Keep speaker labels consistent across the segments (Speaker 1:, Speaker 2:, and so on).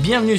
Speaker 1: Bienvenue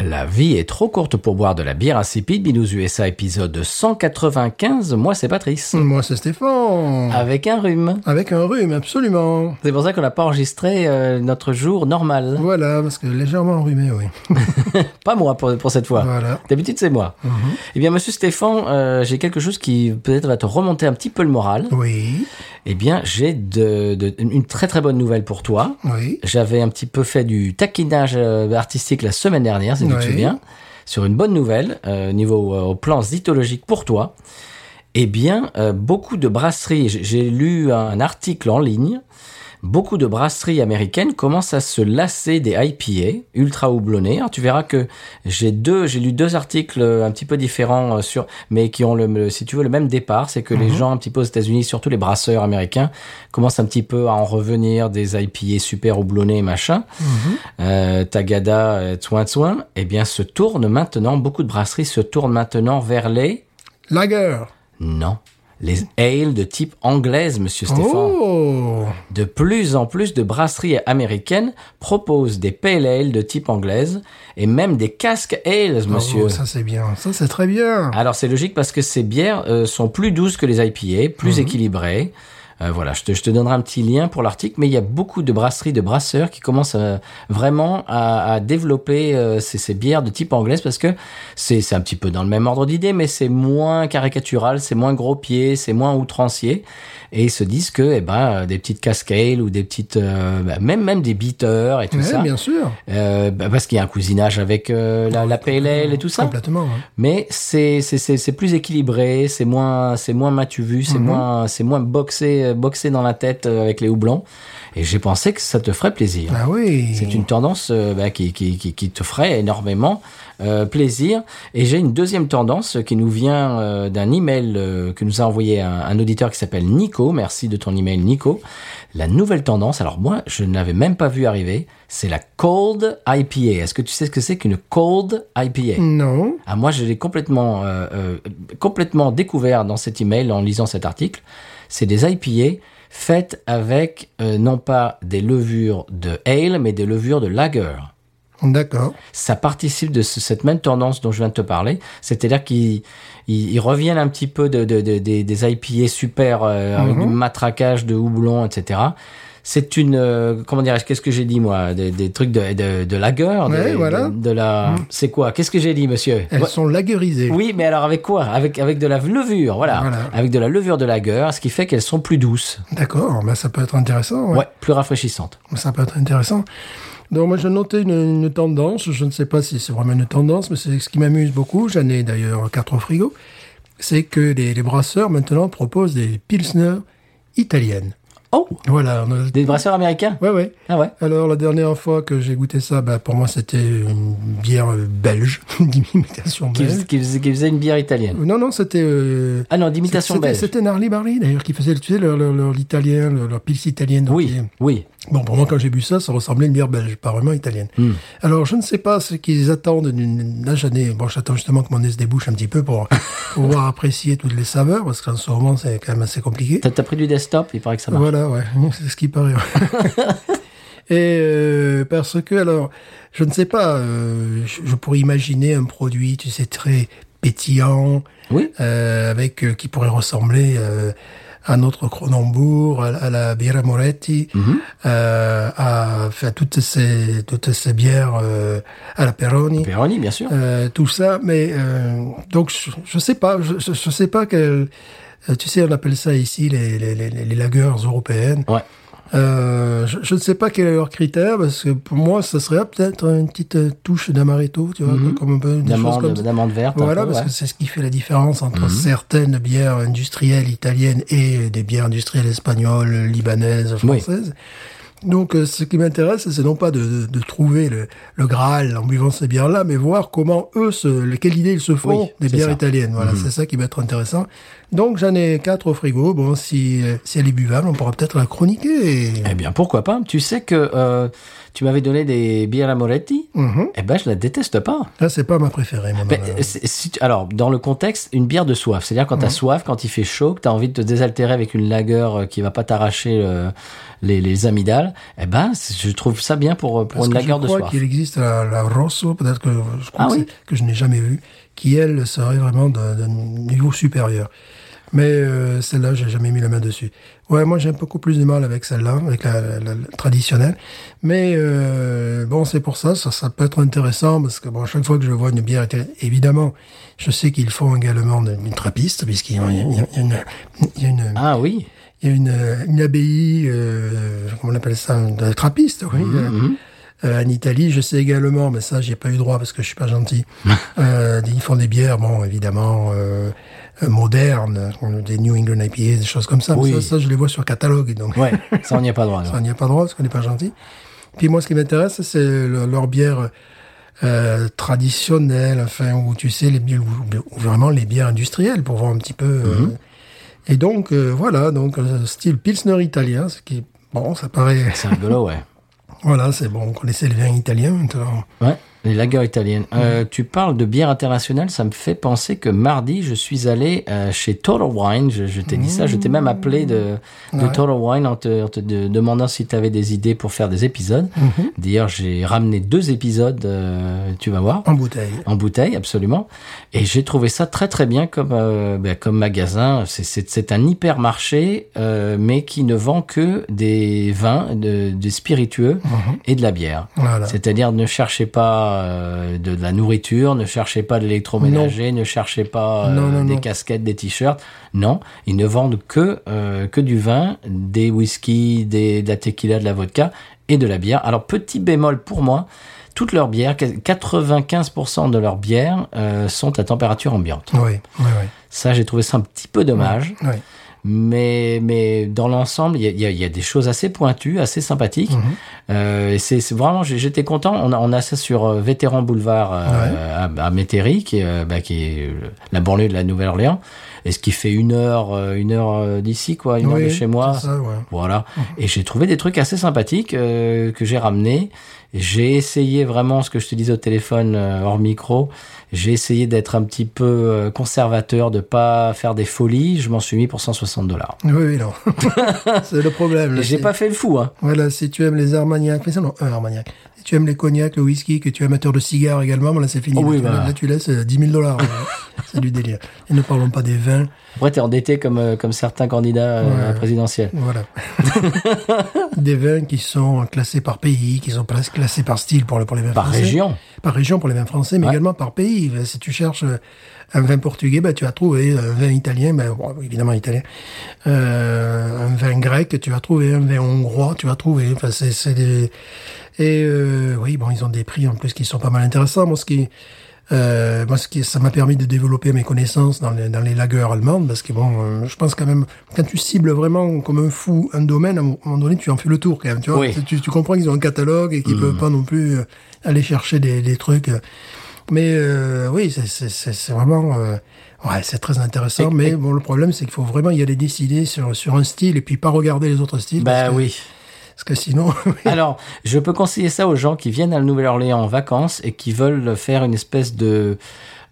Speaker 1: La vie est trop courte pour boire de la bière insipide. Binous USA épisode 195. Moi, c'est Patrice.
Speaker 2: Moi, c'est Stéphane.
Speaker 1: Avec un rhume.
Speaker 2: Avec un rhume, absolument.
Speaker 1: C'est pour ça qu'on n'a pas enregistré euh, notre jour normal.
Speaker 2: Voilà, parce que légèrement enrhumé, oui.
Speaker 1: Pas moi pour, pour cette fois.
Speaker 2: Voilà.
Speaker 1: D'habitude, c'est moi. Eh bien, monsieur Stéphane, euh, j'ai quelque chose qui peut-être va te remonter un petit peu le moral.
Speaker 2: Oui,
Speaker 1: Eh bien, j'ai de, de- une très très bonne nouvelle pour toi.
Speaker 2: oui.
Speaker 1: J'avais un petit peu fait du taquinage euh, artistique la semaine dernière, si tu te
Speaker 2: Oui.
Speaker 1: souviens, sur une bonne nouvelle euh, niveau euh, au plan zytologique pour toi. Eh bien, euh, beaucoup de brasseries, j'ai- j'ai lu un article en ligne, beaucoup de brasseries américaines commencent à se lasser des IPA ultra houblonnés. Alors, tu verras que j'ai deux, j'ai lu deux articles euh, un petit peu différents euh, sur, mais qui ont le, le- si tu veux, le même départ, c'est que les gens un petit peu aux États-Unis, surtout les brasseurs américains, commencent un petit peu à en revenir des IPA super houblonnés et machin.
Speaker 2: Mhm.
Speaker 1: Euh, Tagada, euh, Tsouin Tsouin, eh bien, se tournent maintenant, beaucoup de brasseries se tournent maintenant vers les,
Speaker 2: Lager.
Speaker 1: non, les ales de type anglaise, monsieur Stéphane.
Speaker 2: Oh
Speaker 1: De plus en plus de brasseries américaines proposent des pale ale de type anglaise et même des casques ales, monsieur. Ah,
Speaker 2: Oh, ça, c'est bien. Ça, c'est très bien.
Speaker 1: Alors c'est logique parce que ces bières euh, sont plus douces que les IPA,
Speaker 2: Mhm.
Speaker 1: plus équilibrées. Euh, voilà, je te, je te donnerai un petit lien pour l'article, mais il y a beaucoup de brasseries, de brasseurs qui commencent euh, vraiment à, à développer euh, ces, ces bières de type anglaise parce que c'est c'est un petit peu dans le même ordre d'idée, mais c'est moins caricatural, c'est moins gros pied, c'est moins outrancier, et ils se disent que eh ben euh, des petites cascades ou des petites, euh, bah, même même des beaters et tout
Speaker 2: Ouais,
Speaker 1: ça,
Speaker 2: bien sûr.
Speaker 1: Euh, bah, parce qu'il y a un cousinage avec euh, la, la PLL et tout ça.
Speaker 2: Complètement. hein.
Speaker 1: Mais c'est c'est- c'est c'est plus équilibré, c'est moins c'est moins matu vu, c'est moins c'est moins boxé euh, boxé dans la tête euh, avec les houblons. Et j'ai pensé que ça te ferait plaisir.
Speaker 2: Ah oui.
Speaker 1: C'est une tendance euh, bah, qui, qui, qui, qui te ferait énormément euh, plaisir. Et j'ai une deuxième tendance qui nous vient euh, d'un email euh, que nous a envoyé un, un auditeur qui s'appelle Nico. Merci de ton email, Nico. La nouvelle tendance, alors moi, je n'avais même pas vu arriver, c'est la cold IPA. Est-ce que tu sais ce que c'est qu'une cold IPA
Speaker 2: Non.
Speaker 1: ah, moi, je l'ai complètement, euh, euh, complètement découvert dans cet email en lisant cet article. C'est des IPA faites avec euh, non pas des levures de ale, mais des levures de lager.
Speaker 2: D'accord.
Speaker 1: Ça participe de ce- cette même tendance dont je viens de te parler. C'est-à-dire qu'ils ils- ils reviennent un petit peu de, de- de- des- des IPA super euh, avec du
Speaker 2: Mhm.
Speaker 1: matraquage de houblon, etc. C'est une euh, comment dirais-je Qu'est-ce que j'ai dit moi des, des trucs de de, de lager,
Speaker 2: Ouais,
Speaker 1: de,
Speaker 2: voilà. Mhm.
Speaker 1: de, de la. C'est quoi Qu'est-ce que j'ai dit, monsieur
Speaker 2: Elles sont laguerisées.
Speaker 1: oui, mais alors avec quoi Avec avec de la levure, voilà.
Speaker 2: Voilà.
Speaker 1: Avec de la levure de lager, ce qui fait qu'elles sont plus douces,
Speaker 2: D'accord. Ben, ça peut être intéressant. ouais.
Speaker 1: ouais, plus rafraîchissantes.
Speaker 2: Ça peut être intéressant. Donc moi je notais une, une tendance, je ne sais pas si c'est vraiment une tendance, mais c'est ce qui m'amuse beaucoup, j'en ai d'ailleurs quatre au frigo, c'est que les, les brasseurs maintenant proposent des pilsners italiennes.
Speaker 1: Oh,
Speaker 2: Voilà. on a-
Speaker 1: des brasseurs américains.
Speaker 2: Ouais ouais.
Speaker 1: Ah ouais.
Speaker 2: Alors la dernière fois que j'ai goûté ça, bah, pour moi c'était une bière euh, belge, d'imitation
Speaker 1: Qui,
Speaker 2: belge.
Speaker 1: fais- qui faisait- qui faisait une bière italienne.
Speaker 2: Non non c'était... euh,
Speaker 1: Ah non, d'imitation
Speaker 2: c'était-
Speaker 1: belge.
Speaker 2: C'était Narli Barli d'ailleurs qui faisait, tu sais, leur, leur, leur- l'italien, leur, leur pils italienne. donc
Speaker 1: Oui,
Speaker 2: qui-
Speaker 1: oui.
Speaker 2: Bon, pour moi, quand j'ai bu ça, ça ressemblait à une bière belge, pas vraiment italienne.
Speaker 1: Hmm.
Speaker 2: Alors, je ne sais pas ce qu'ils attendent d'une... Là, j'en ai... Bon, j'attends justement que mon nez se débouche un petit peu pour pouvoir apprécier toutes les saveurs, parce qu'en ce moment, c'est quand même assez compliqué.
Speaker 1: T'as t'as pris du desktop, il paraît que ça marche.
Speaker 2: Voilà, ouais, c'est ce qui paraît. Et euh, parce que, alors, je ne sais pas, euh, je je pourrais imaginer un produit, tu sais, très pétillant,
Speaker 1: Oui.
Speaker 2: euh, avec euh, qui pourrait ressembler euh, à notre Cronenbourg, à, la- à la Biera Moretti,
Speaker 1: Mhm.
Speaker 2: euh, à, enfin, toutes ces toutes ces bières euh, à la Peroni.
Speaker 1: Pepperoni, bien sûr.
Speaker 2: Euh, tout ça, mais euh, donc je, je sais pas, je, je- je sais pas quel. euh, Tu sais, on appelle ça ici les les les, les lagers européennes.
Speaker 1: Ouais.
Speaker 2: Euh, je, je ne sais pas quel est leur critère parce que pour moi, ça serait ah, peut-être une petite euh, touche d'amaretto, tu vois, comme un peu des choses comme
Speaker 1: Mhm. D'amande,
Speaker 2: ça.
Speaker 1: d'amande verte. un
Speaker 2: Voilà,
Speaker 1: peu,
Speaker 2: parce
Speaker 1: ouais. Mhm.
Speaker 2: que c'est ce qui fait la différence entre certaines bières industrielles italiennes et des bières industrielles espagnoles, libanaises, françaises. Donc, euh, ce qui m'intéresse, c'est non pas de, de- de trouver le, le Graal en buvant ces bières-là, mais voir comment eux, se, quelle idée ils se font
Speaker 1: Oui,
Speaker 2: des
Speaker 1: c'est
Speaker 2: bières
Speaker 1: ça. Mhm.
Speaker 2: italiennes. Voilà, c'est ça qui va être intéressant. Donc, j'en ai quatre au frigo. Bon, si, euh, si elle est buvable, on pourra peut-être la chroniquer.
Speaker 1: Eh bien, pourquoi pas Tu sais que euh, tu m'avais donné des bières à Moretti
Speaker 2: Mhm.
Speaker 1: Eh ben, je la déteste pas.
Speaker 2: Là, c'est pas ma préférée, mon
Speaker 1: Mais,
Speaker 2: ami.
Speaker 1: euh, c'est- si tu- alors, dans le contexte, une bière de soif, c'est-à-dire quand
Speaker 2: Mhm.
Speaker 1: t'as soif, quand il fait chaud, que t'as envie de te désaltérer avec une lagueur euh, qui va pas t'arracher euh, les, les amygdales, eh ben, c'est- je trouve ça bien pour, euh, pour
Speaker 2: Parce
Speaker 1: une
Speaker 2: que je
Speaker 1: lagueur de
Speaker 2: crois
Speaker 1: soif.
Speaker 2: qu'il existe la, la Rosso, peut-être que je crois
Speaker 1: Ah
Speaker 2: que,
Speaker 1: oui.
Speaker 2: c'est- que je n'ai jamais vue, qui elle serait vraiment d'un d'un niveau supérieur. Mais euh, celle-là, j'ai jamais mis la main dessus. Ouais, moi j'ai beaucoup plus de mal avec celle-là, avec la, la- la- la traditionnelle. Mais euh, bon, c'est pour ça, ça, ça peut être intéressant parce que bon, chaque fois que je vois une bière, italienne, évidemment, je sais qu'ils font également de- une trappiste puisqu'il y a, il y a- il y a une, il y a une-
Speaker 1: Ah oui,
Speaker 2: il y a une, euh, une abbaye, euh, comment on appelle ça, de trappiste, oui. Euh, en Italie, je sais également, mais ça, j'ai pas eu droit parce que je suis pas gentil. euh, ils font des bières, bon, évidemment, euh, euh, modernes, euh, des New England IPA, des choses comme ça. Mais
Speaker 1: Oui.
Speaker 2: ça, ça, je les vois sur catalogue, donc
Speaker 1: ouais, ça on n'y a pas droit. non.
Speaker 2: on n'y a pas droit parce qu'on n'est pas gentil. Puis moi, ce qui m'intéresse, c'est le- leur bière euh, traditionnelle, enfin, où tu sais, les, bi- ou- ou vraiment les bières industrielles pour voir un petit peu. euh,
Speaker 1: Mhm.
Speaker 2: Et donc, euh, voilà, donc euh, style Pilsner italien, ce qui, bon, ça paraît.
Speaker 1: C'est rigolo, ouais.
Speaker 2: Voilà, c'est bon, on connaissait les vins italiens maintenant.
Speaker 1: Ouais, les lagers italiennes. Euh, tu parles de bière internationale, ça me fait penser que mardi, je suis allé euh, chez Total Wine. Je, je t'ai dit ça, je t'ai même appelé de, de Total Wine en te, en te de- demandant si tu avais des idées pour faire des épisodes. D'ailleurs, j'ai ramené deux épisodes, euh, tu vas voir.
Speaker 2: En bouteille.
Speaker 1: En bouteille, absolument. Et j'ai trouvé ça très très bien comme euh, ben, comme magasin. C'est- C'est c'est un hypermarché, euh, mais qui ne vend que des vins, de- des spiritueux et de la bière.
Speaker 2: Voilà.
Speaker 1: C'est-à-dire ne cherchez pas euh, de, de la nourriture, ne cherchez pas de l'électroménager, ne cherchez pas euh,
Speaker 2: Non, non,
Speaker 1: des
Speaker 2: non.
Speaker 1: casquettes, des t-shirts. Non, ils ne vendent que euh, que du vin, des whisky, des, de la tequila, de la vodka et de la bière. Alors petit bémol pour moi, toutes leurs bières, 95% de leurs bières euh, sont à température ambiante.
Speaker 2: Oui, oui, oui.
Speaker 1: Ça, j'ai trouvé ça un petit peu dommage.
Speaker 2: oui.
Speaker 1: Mais, mais dans l'ensemble, il y a, il y a- il y a des choses assez pointues, assez sympathiques. Euh, et c'est c'est vraiment, j'ai- j'étais content. On a, on a ça sur euh, Vétéran Boulevard euh, à, à Métairie, qui, est, euh, bah, qui est euh, la banlieue de la Nouvelle-Orléans, et ce qui fait une heure, euh, une heure euh, d'ici, quoi, une heure de
Speaker 2: Oui,
Speaker 1: chez moi.
Speaker 2: c'est ça, ouais.
Speaker 1: Voilà. Et j'ai trouvé des trucs assez sympathiques euh, que j'ai ramenés. J'ai essayé vraiment ce que je te disais au téléphone euh, hors micro. J'ai essayé d'être un petit peu euh, conservateur, de pas faire des folies. Je m'en suis mis pour 160 dollars.
Speaker 2: Oui, oui, non. c'est le problème. là,
Speaker 1: Et j'ai
Speaker 2: c'est-
Speaker 1: pas fait le fou, hein.
Speaker 2: Voilà, si tu aimes les armagnacs, mais ça non, un armagnac. Si tu aimes les cognacs, le whisky, que tu es amateur de cigares également, bon, là c'est fini.
Speaker 1: Oh oui,
Speaker 2: là, tu-
Speaker 1: bah.
Speaker 2: là, tu laisses euh, 10 000 dollars. c'est du délire. Et ne parlons pas des vins.
Speaker 1: Après, t'es endetté comme, euh, comme certains candidats euh, à la présidentielle.
Speaker 2: Voilà. des vins qui sont classés par pays, qui sont presque classés par style pour, le, pour les vins
Speaker 1: Par
Speaker 2: français.
Speaker 1: région.
Speaker 2: Par région pour les vins français, mais
Speaker 1: Ouais.
Speaker 2: également par pays. Si tu cherches euh, un vin portugais, ben, tu vas trouver un vin italien, ben, bon, évidemment italien, euh, un vin grec, tu vas trouver un vin hongrois, tu vas trouver. Enfin, c'est, c'est des... Et euh, oui, bon, ils ont des prix en plus qui sont pas mal intéressants. Moi, ce qui, euh, moi, ce qui, ça m'a permis de développer mes connaissances dans les, dans les lagueurs allemandes, parce que bon, euh, je pense quand même, quand tu cibles vraiment comme un fou un domaine, à un moment donné, tu en fais le tour quand même. Tu, vois,
Speaker 1: Oui. Mmh.
Speaker 2: tu, tu- tu comprends qu'ils ont un catalogue et qu'ils peuvent pas non plus euh, aller chercher des, des trucs. euh. Mais euh, oui, c'est- c'est c'est- c'est vraiment, euh, ouais, c'est très intéressant. mais bon, le problème, c'est qu'il faut vraiment y aller décider sur sur un style et puis pas regarder les autres styles.
Speaker 1: Bah
Speaker 2: parce que-
Speaker 1: oui.
Speaker 2: Parce que sinon,
Speaker 1: Alors, je peux conseiller ça aux gens qui viennent à la Nouvelle-Orléans en vacances et qui veulent faire une espèce de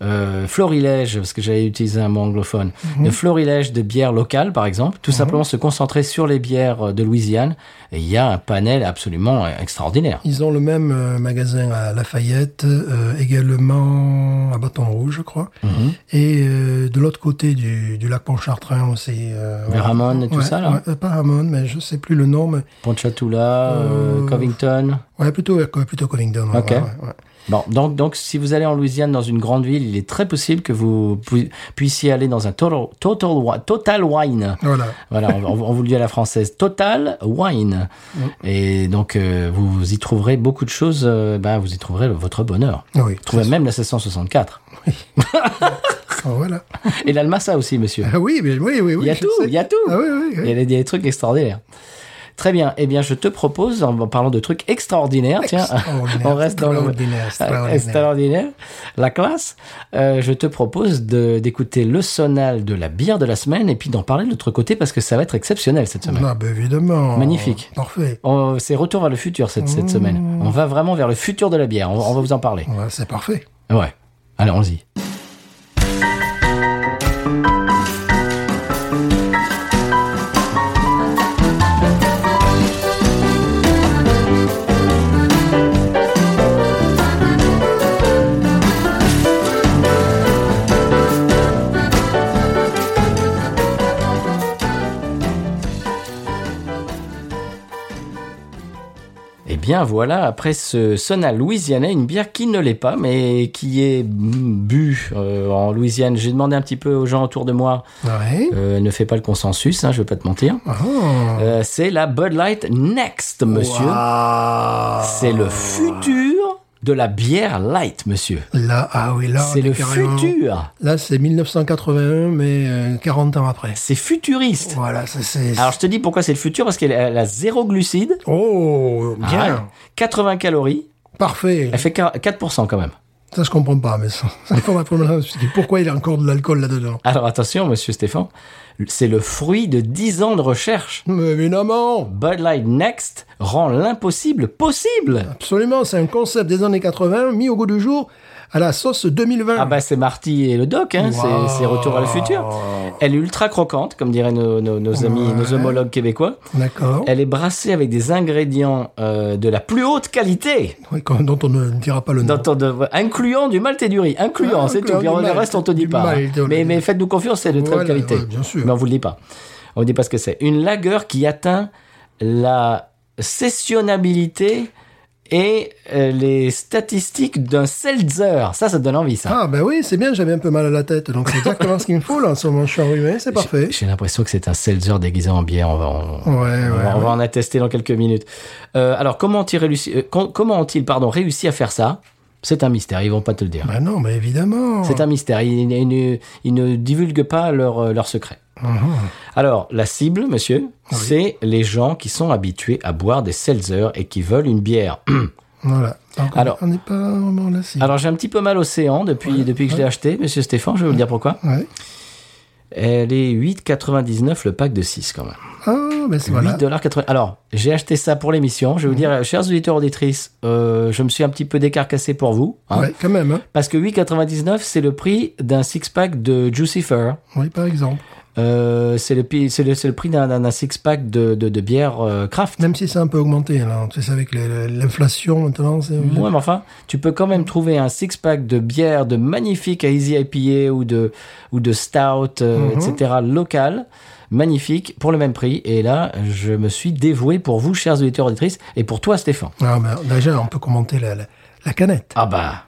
Speaker 1: euh, florilège, parce que j'avais utilisé un mot anglophone, de florilège de bières locales, par exemple, tout simplement se concentrer sur les bières de Louisiane. Et il y a un panel absolument extraordinaire.
Speaker 2: Ils ont le même euh, magasin à Lafayette, euh, également à Bâton Rouge, je crois.
Speaker 1: Mhm.
Speaker 2: Et euh, de l'autre côté du, du lac Pontchartrain aussi. Euh,
Speaker 1: Vers Hammond et tout
Speaker 2: ouais,
Speaker 1: ça, là
Speaker 2: ouais, pas Hammond, mais je sais plus le nom. Mais...
Speaker 1: Ponchatoula, euh,
Speaker 2: Euh,
Speaker 1: Covington.
Speaker 2: Ouais, plutôt, ouais, plutôt Covington. ouais,
Speaker 1: Ok.
Speaker 2: ouais, ouais, ouais.
Speaker 1: Bon, donc, donc, si vous allez en Louisiane dans une grande ville, il est très possible que vous pu- puissiez aller dans un total, total, wi- total wine.
Speaker 2: Voilà.
Speaker 1: Voilà, on, on vous le dit à la française, Total Wine.
Speaker 2: Mm.
Speaker 1: Et donc, euh, vous, vous y trouverez beaucoup de choses, euh, ben, vous y trouverez le- votre bonheur.
Speaker 2: Oui.
Speaker 1: Vous trouverez même la 764.
Speaker 2: Ah, Voilà.
Speaker 1: Et l'Almasa aussi, monsieur.
Speaker 2: Ah oui, mais oui, oui, oui.
Speaker 1: Il y a
Speaker 2: je
Speaker 1: tout,
Speaker 2: sais.
Speaker 1: il y a tout.
Speaker 2: Ah oui, oui,
Speaker 1: Il y
Speaker 2: oui.
Speaker 1: a des, des trucs extraordinaires. Très bien. Eh bien, je te propose, en en parlant de trucs extraordinaires, tiens,
Speaker 2: Extraordinaire,
Speaker 1: on reste dans le Ah,
Speaker 2: extraordinaire, extraordinaire.
Speaker 1: extraordinaire, la classe, euh, je te propose de- d'écouter le sonal de la bière de la semaine et puis d'en parler de l'autre côté parce que ça va être exceptionnel cette semaine.
Speaker 2: Ah, bah, évidemment.
Speaker 1: Magnifique.
Speaker 2: Parfait.
Speaker 1: On- C'est retour vers le futur cette,
Speaker 2: Mmh.
Speaker 1: cette semaine. On va vraiment vers le futur de la bière. On, on va vous en parler.
Speaker 2: Ouais, c'est parfait.
Speaker 1: Ouais. Allez, on-y. Eh bien voilà, après ce sonal louisianais, une bière qui ne l'est pas, mais qui est mm, bu euh, en Louisiane. J'ai demandé un petit peu aux gens autour de moi,
Speaker 2: Ouais.
Speaker 1: euh, ne fais pas le consensus, hein, je vais pas te mentir.
Speaker 2: Ah.
Speaker 1: Euh, c'est la Bud Light Next, monsieur.
Speaker 2: Waouh.
Speaker 1: C'est le futur de la bière light, monsieur.
Speaker 2: Là, ah oui, là.
Speaker 1: C'est
Speaker 2: on est
Speaker 1: le
Speaker 2: carrément-
Speaker 1: futur.
Speaker 2: Là, c'est 1981, mais euh, 40 ans après.
Speaker 1: C'est futuriste.
Speaker 2: Voilà, ça, c'est.
Speaker 1: Alors je te dis pourquoi c'est le futur, parce qu'elle elle a zéro glucide,
Speaker 2: Oh, bien.
Speaker 1: 80 Ah calories,
Speaker 2: Parfait.
Speaker 1: elle fait 4% quand même.
Speaker 2: Ça, je comprends pas, mais ça, ça faudra prendre la- Pourquoi il y a encore de l'alcool là-dedans
Speaker 1: Alors attention, monsieur Stéphane, c'est le fruit de 10 ans de recherche.
Speaker 2: Mais oh, évidemment
Speaker 1: Bud Light Next rend l'impossible possible.
Speaker 2: Absolument, c'est un concept des années 80 mis au goût du jour à la sauce 2020.
Speaker 1: Ah bah c'est Marty et le Doc, hein,
Speaker 2: Wow.
Speaker 1: c'est, c'est retour à le futur. Elle est ultra croquante, comme diraient nos, nos- nos amis,
Speaker 2: Ouais.
Speaker 1: nos homologues québécois.
Speaker 2: D'accord.
Speaker 1: Elle est brassée avec des ingrédients euh, de la plus haute qualité,
Speaker 2: Oui, quand- dont on ne dira pas le nom.
Speaker 1: dont on dev- incluant du malt et du riz, incluant,
Speaker 2: Ah,
Speaker 1: c'est tout.
Speaker 2: incluant
Speaker 1: Puis
Speaker 2: du
Speaker 1: le
Speaker 2: malt,
Speaker 1: reste on te dit
Speaker 2: du
Speaker 1: pas.
Speaker 2: malt,
Speaker 1: hein.
Speaker 2: on le
Speaker 1: mais
Speaker 2: dit.
Speaker 1: mais faites-nous confiance, c'est de très
Speaker 2: Voilà,
Speaker 1: haute qualité.
Speaker 2: ouais, bien sûr.
Speaker 1: Mais on vous le dit pas. On vous dit pas ce que c'est. Une lagueur qui atteint la sessionnabilité et euh, les statistiques d'un seltzer. Ça, ça te donne envie, ça.
Speaker 2: Ah ben oui, c'est bien, j'avais un peu mal à la tête, donc c'est exactement ce qu'il me faut là en ce moment, je suis enrhumé, c'est parfait.
Speaker 1: J'ai l'impression que c'est un seltzer déguisé en bière. On va, on-
Speaker 2: Ouais,
Speaker 1: on va-
Speaker 2: ouais.
Speaker 1: on va en attester dans quelques minutes. Euh, alors, comment ont-ils réussi, euh, com- comment ont-ils, pardon, réussi à faire ça C'est un mystère, ils vont pas te le dire.
Speaker 2: Ben non, mais évidemment.
Speaker 1: C'est un mystère, ils, ils ne, ils ne divulguent pas leur, euh, leur secret.
Speaker 2: Mhm.
Speaker 1: Alors, la cible, monsieur, c'est les gens qui sont habitués à boire des seltzer et qui veulent une bière.
Speaker 2: Voilà. Donc, on-
Speaker 1: Alors-
Speaker 2: on n'est pas vraiment là, si.
Speaker 1: Alors, j'ai un petit peu mal au séant depuis, depuis que je l'ai acheté, monsieur Stéphane, je vais vous dire pourquoi.
Speaker 2: Ouais.
Speaker 1: Elle est 8,99 le pack de 6 quand même.
Speaker 2: Ah, ben c'est voilà. Mhm.
Speaker 1: 8,80. Alors, j'ai acheté ça pour l'émission. Je vais vous dire, euh, chers auditeurs, auditrices, euh, je me suis un petit peu décarcassé pour vous. hein,
Speaker 2: Ouais, quand même, hein.
Speaker 1: Parce que 8,99, c'est le prix d'un six-pack de Juicifer.
Speaker 2: Oui, par exemple.
Speaker 1: Euh, c'est le, pi- c'est le, c'est le prix d'un- d'un d'un six-pack de, de, de bière euh, craft.
Speaker 2: Même si ça a un peu augmenté, là. hein. Tu sais, avec les- l'inflation maintenant, c'est.
Speaker 1: Ouais, mais enfin, tu peux quand même trouver un six-pack de bière de magnifique à Easy IPA ou de, ou de stout, euh, etc., local, magnifique, pour le même prix. Et là, je me suis dévoué pour vous, chers auditeurs, auditrices, et pour toi, Stéphane.
Speaker 2: Ah, ben, déjà, on peut commenter la, la, la canette
Speaker 1: Ah bah,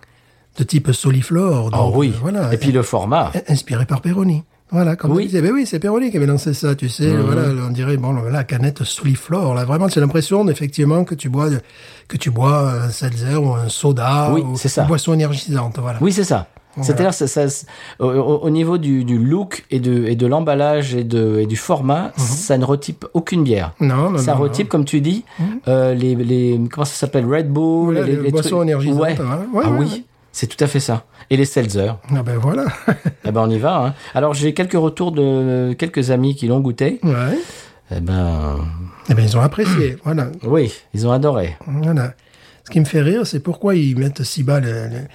Speaker 2: de type soliflore.
Speaker 1: oh
Speaker 2: donc,
Speaker 1: oui.
Speaker 2: euh, Voilà.
Speaker 1: et puis le format.
Speaker 2: In- Inspiré par Peroni. Voilà, comme
Speaker 1: Oui. Mhm.
Speaker 2: oui. disait, ben oui, c'est Peroni qui avait lancé ça, tu sais, voilà, on dirait, bon, là, la canette soliflore, là, vraiment, c'est l'impression, effectivement, que tu bois, de- que tu bois un seltzer ou un soda,
Speaker 1: Oui,
Speaker 2: ou
Speaker 1: c'est ça.
Speaker 2: une boisson énergisante, voilà.
Speaker 1: Oui, c'est ça. C'est-à-dire, ça, ça- c'est- au, au- au niveau du, du look et de, et de l'emballage et, de, et du format, ça ne retype aucune bière.
Speaker 2: Non, non,
Speaker 1: ça
Speaker 2: non,
Speaker 1: retype, comme tu dis,
Speaker 2: Mmh.
Speaker 1: euh, les, les- Comment ça s'appelle Red Bull
Speaker 2: Voilà,
Speaker 1: les,
Speaker 2: les
Speaker 1: les
Speaker 2: boissons
Speaker 1: trucs-
Speaker 2: énergisantes,
Speaker 1: Ouais.
Speaker 2: voilà. Ouais,
Speaker 1: ah
Speaker 2: ouais,
Speaker 1: oui,
Speaker 2: ouais.
Speaker 1: c'est tout à fait ça. Et les seltzer.
Speaker 2: Ah ben voilà.
Speaker 1: eh ben, on y va. hein. Alors, j'ai quelques retours de quelques amis qui l'ont goûté.
Speaker 2: ouais.
Speaker 1: Eh ben,
Speaker 2: Eh ben, ils ont apprécié, voilà.
Speaker 1: oui, ils ont adoré.
Speaker 2: Voilà. Ce qui me fait rire, c'est pourquoi ils mettent si bas le- le-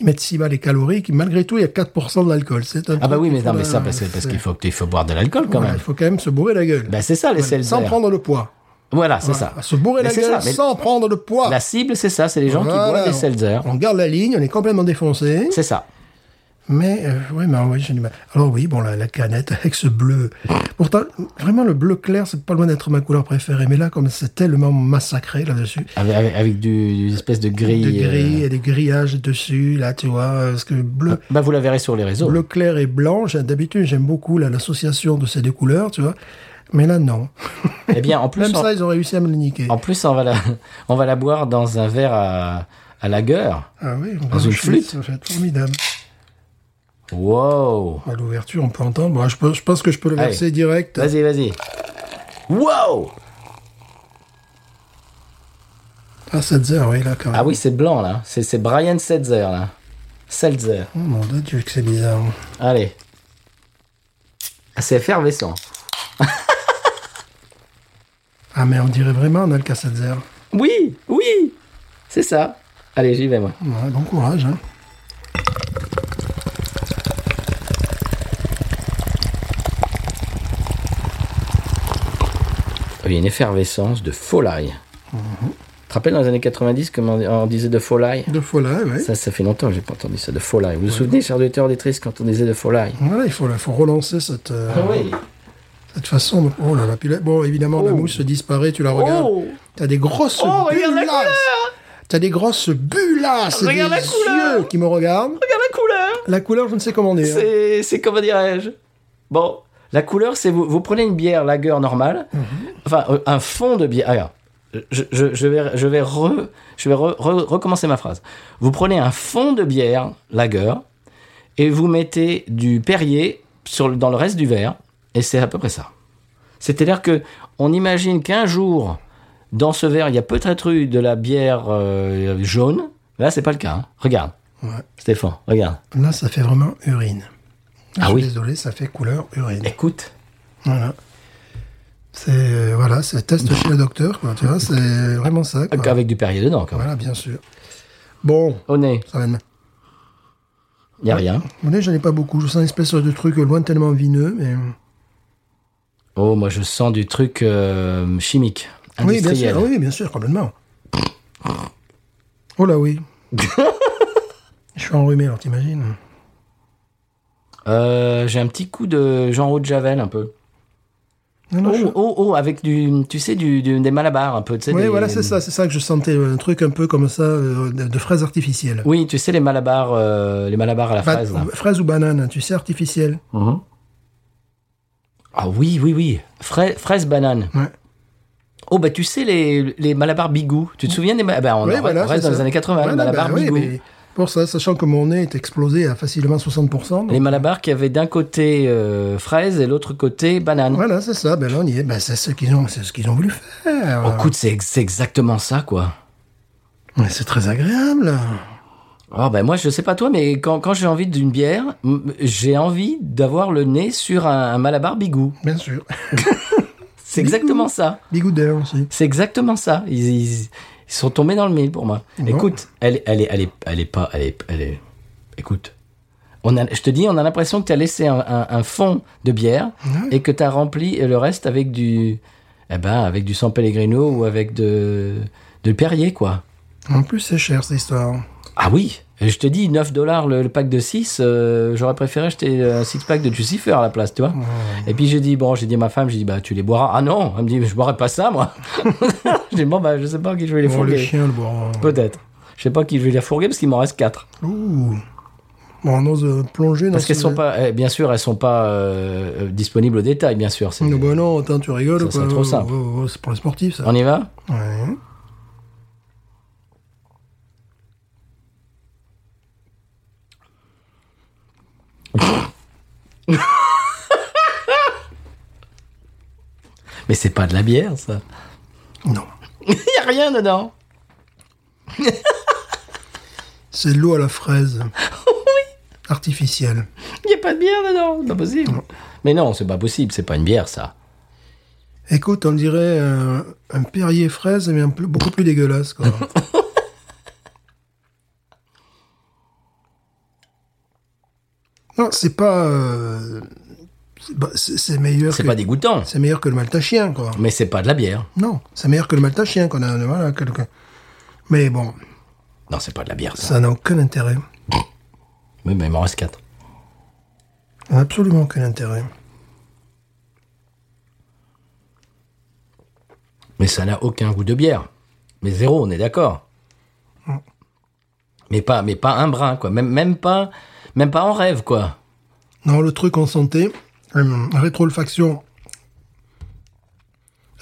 Speaker 2: ils mettent si bas les calories, qui malgré tout, il y a 4% d'alcool. C'est un
Speaker 1: Ah bah
Speaker 2: truc
Speaker 1: oui,
Speaker 2: qu'il
Speaker 1: mais, non, mais
Speaker 2: faudra-
Speaker 1: ça, parce, que- parce qu'il faut, que- il faut boire de l'alcool quand
Speaker 2: Voilà,
Speaker 1: même.
Speaker 2: il faut quand même se bourrer la gueule.
Speaker 1: Ben, c'est ça, les
Speaker 2: Voilà,
Speaker 1: seltzer.
Speaker 2: sans prendre le poids.
Speaker 1: Voilà, c'est
Speaker 2: Voilà,
Speaker 1: ça.
Speaker 2: Se bourrer
Speaker 1: Mais
Speaker 2: la
Speaker 1: c'est
Speaker 2: gueule
Speaker 1: ça, mais-
Speaker 2: sans prendre le poids.
Speaker 1: La cible, c'est ça, c'est les gens qui
Speaker 2: Voilà,
Speaker 1: boivent des seltzer.
Speaker 2: On garde la ligne, on est complètement défoncé.
Speaker 1: C'est ça.
Speaker 2: Mais, euh, oui, mais oui, j'ai du mal. Alors oui, bon, la, la canette avec ce bleu. Pourtant, vraiment, le bleu clair, c'est pas loin d'être ma couleur préférée. Mais là, comme c'est tellement massacré là-dessus.
Speaker 1: Avec, avec, avec du, des espèces de gris.
Speaker 2: de gris
Speaker 1: euh,
Speaker 2: et des grillages dessus, là, tu vois. euh, Parce que bleu,
Speaker 1: Bah, vous la verrez sur les réseaux.
Speaker 2: bleu clair et blanc, j'ai- d'habitude, j'aime beaucoup là, l'association de ces deux couleurs, tu vois. Mais là, non.
Speaker 1: Eh bien, en plus,
Speaker 2: Même
Speaker 1: on,
Speaker 2: ça, ils ont réussi à me le niquer.
Speaker 1: en plus on, va la, on va la boire dans un verre à, à lagueur.
Speaker 2: Ah oui, on
Speaker 1: Dans une flûte.
Speaker 2: Ça va être formidable.
Speaker 1: Wow
Speaker 2: À l'ouverture, on peut entendre. Bon, je, peux- je pense que je peux le
Speaker 1: Allez.
Speaker 2: verser direct.
Speaker 1: Vas-y, vas-y. Wow
Speaker 2: Ah, 7 oui, là, quand même.
Speaker 1: Ah oui, c'est blanc, là. C'est c'est Brian Setzer, là. Seltzer.
Speaker 2: Oh, mon dieu, que c'est bizarre.
Speaker 1: Allez. Ah, C'est effervescent.
Speaker 2: Ah, mais on dirait vraiment un Alka-Seltzer.
Speaker 1: Oui, oui, c'est ça. Allez, j'y vais, moi.
Speaker 2: Ouais, bon courage, hein.
Speaker 1: Il y a Ah une effervescence de folie. Tu te rappelles dans les années 90 comment on disait de folie
Speaker 2: Deux fois là, oui.
Speaker 1: Ça, ça fait longtemps que j'ai pas entendu ça, de folie. Vous vous souvenez, chers auditeurs auditrices, quand on disait de folie
Speaker 2: Voilà, il faut, il faut relancer cette, euh,
Speaker 1: Ah
Speaker 2: cette façon. de- Oh là là, puis là, bon, évidemment, la mousse disparaît, tu la regardes.
Speaker 1: Oh.
Speaker 2: T'as des grosses
Speaker 1: Oh, regarde la
Speaker 2: bullasses. T'as des grosses bullasses et des
Speaker 1: Regarde la couleur.
Speaker 2: yeux qui me regardent.
Speaker 1: Regarde la couleur
Speaker 2: La couleur, je ne sais comment hein. dire.
Speaker 1: C'est, c'est comment dirais-je Bon, la couleur, c'est vous, vous prenez une bière lager normale, enfin euh, un fond de bière. ah, regarde. je, je- je vais, je vais, re- je vais re- re- recommencer ma phrase. Vous prenez un fond de bière lager et vous mettez du Perrier sur, le- dans le reste du verre, et c'est à peu près ça. C'est-à-dire que on imagine qu'un jour, dans ce verre, il y a peut-être eu de la bière euh, jaune. Là, c'est pas le cas. hein. Regarde,
Speaker 2: Ouais.
Speaker 1: Stéphane, regarde.
Speaker 2: Là, ça fait vraiment urine.
Speaker 1: Ah
Speaker 2: je suis
Speaker 1: oui.
Speaker 2: Désolé, ça fait couleur urine.
Speaker 1: Écoute.
Speaker 2: Voilà. C'est euh, voilà, c'est test chez le docteur, quoi. Tu vois, c'est vraiment ça. quoi.
Speaker 1: Avec du Perrier dedans, quand même.
Speaker 2: Voilà, bien sûr. Bon,
Speaker 1: Au nez,
Speaker 2: ça va. de-
Speaker 1: il n'y a rien.
Speaker 2: Mon nez, j'en ai pas beaucoup. Je sens une espèce de truc lointainement vineux, mais
Speaker 1: Oh, moi, je sens du truc euh, chimique,
Speaker 2: oui, bien
Speaker 1: industriel.
Speaker 2: sûr, Ah oui, bien sûr, complètement. Oh là oui. Je suis enrhumé, alors t'imagines
Speaker 1: Euh, J'ai un petit coup de Jean-Haut de Javel, un peu.
Speaker 2: Non, non, je-
Speaker 1: Oh, oh, oh, avec du, tu sais, du, du- des malabars, un peu. tu sais,
Speaker 2: Oui,
Speaker 1: des-
Speaker 2: voilà, c'est ça, c'est ça que je sentais, euh, un truc un peu comme ça, euh, de, de fraises artificielles.
Speaker 1: Oui, tu sais, les malabars, euh, les malabars à la
Speaker 2: Ba-
Speaker 1: fraise. là.
Speaker 2: fraises ou bananes, tu sais, artificielles.
Speaker 1: Mhm. Ah oui, oui, oui. Frais- fraise banane.
Speaker 2: Ouais.
Speaker 1: Oh, bah, tu sais, les, les malabars bigou. Tu te souviens des malabars on,
Speaker 2: Oui,
Speaker 1: en-
Speaker 2: voilà,
Speaker 1: on reste
Speaker 2: c'est
Speaker 1: dans les
Speaker 2: ça.
Speaker 1: années 80, les
Speaker 2: Voilà,
Speaker 1: malabars
Speaker 2: bah oui,
Speaker 1: bigou.
Speaker 2: mais Pour ça, sachant que mon nez est explosé à facilement 60%. donc-
Speaker 1: Les malabars qui avaient d'un côté euh, fraise et l'autre côté banane.
Speaker 2: Voilà, c'est ça, ben là on y est, ben, c'est ce qu'ils ont, c'est ce qu'ils ont voulu faire.
Speaker 1: Oh, écoute, c'est c'est exactement ça, quoi.
Speaker 2: Mais c'est très agréable.
Speaker 1: Oh, ben moi, je sais pas toi, mais quand, quand j'ai envie d'une bière, m- j'ai envie d'avoir le nez sur un, un malabar bigou.
Speaker 2: Bien sûr.
Speaker 1: C'est exactement ça.
Speaker 2: Bigoudin aussi.
Speaker 1: Mm. C'est exactement ça. Ils, ils- ils sont tombés dans le mille pour moi.
Speaker 2: Bon.
Speaker 1: Écoute, elle, est- elle, est, elle, est, elle est pas. Elle est, elle est- Écoute. On a, je te dis, on a l'impression que tu as laissé un, un- un fond de bière et que tu as rempli le reste avec du. Eh ben, avec du San Pellegrino ou avec de. de Perrier, quoi.
Speaker 2: En plus, c'est cher cette histoire.
Speaker 1: Ah oui Et Je te dis, 9 dollars le, le pack de 6, j'aurais préféré acheter un six-pack de Lucifer à la place, tu vois. Et puis j'ai dit, bon, j'ai dit à ma femme, j'ai dit, bah tu les boiras. Ah non Elle me dit, je boirai pas ça, moi. j'ai dit, bon, bah je sais pas qui je vais les
Speaker 2: Bon, Oh, le
Speaker 1: fourguer.
Speaker 2: chien, le boire.
Speaker 1: Peut-être. Je sais pas qui je vais les fourguer parce qu'il m'en reste 4.
Speaker 2: Bah, Ouh. Bon, on ose euh, plonger dans
Speaker 1: Parce qu'elles
Speaker 2: ce-
Speaker 1: sont pas, eh, bien sûr, elles sont pas euh, euh, disponibles au détail, bien sûr. c'est-
Speaker 2: Non, bah non, attends, tu rigoles
Speaker 1: Ça
Speaker 2: ou quoi
Speaker 1: serait trop
Speaker 2: Oh,
Speaker 1: simple.
Speaker 2: oh, oh, c'est pour les sportifs, ça.
Speaker 1: On y va
Speaker 2: Ouais.
Speaker 1: Mais c'est pas de la bière, ça.
Speaker 2: Non.
Speaker 1: Il y a rien dedans.
Speaker 2: C'est de l'eau à la fraise. Artificielle.
Speaker 1: Il y a pas de bière dedans. C'est pas possible. Mais non, c'est pas possible. C'est pas une bière, ça.
Speaker 2: Écoute, on dirait euh, un Perrier fraise, mais un peu, beaucoup plus dégueulasse, quoi. non, c'est pas. euh, c'est pas- c'est c'est meilleur.
Speaker 1: C'est
Speaker 2: que-
Speaker 1: pas dégoûtant.
Speaker 2: C'est meilleur que le maltachien, quoi.
Speaker 1: Mais c'est pas de la bière.
Speaker 2: Non, c'est meilleur que le maltachien qu'on a. Voilà, quelqu'un. Mais bon,
Speaker 1: Non, c'est pas de la bière, ça.
Speaker 2: ça n'a aucun intérêt.
Speaker 1: Oui, mais il m'en reste 4.
Speaker 2: Absolument aucun intérêt.
Speaker 1: Mais ça n'a aucun goût de bière. Mais zéro, on est d'accord. Mais pas, mais pas un brin, quoi. Même, même pas, même pas en rêve, quoi.
Speaker 2: Non, le truc en santé, euh, rétroolfaction,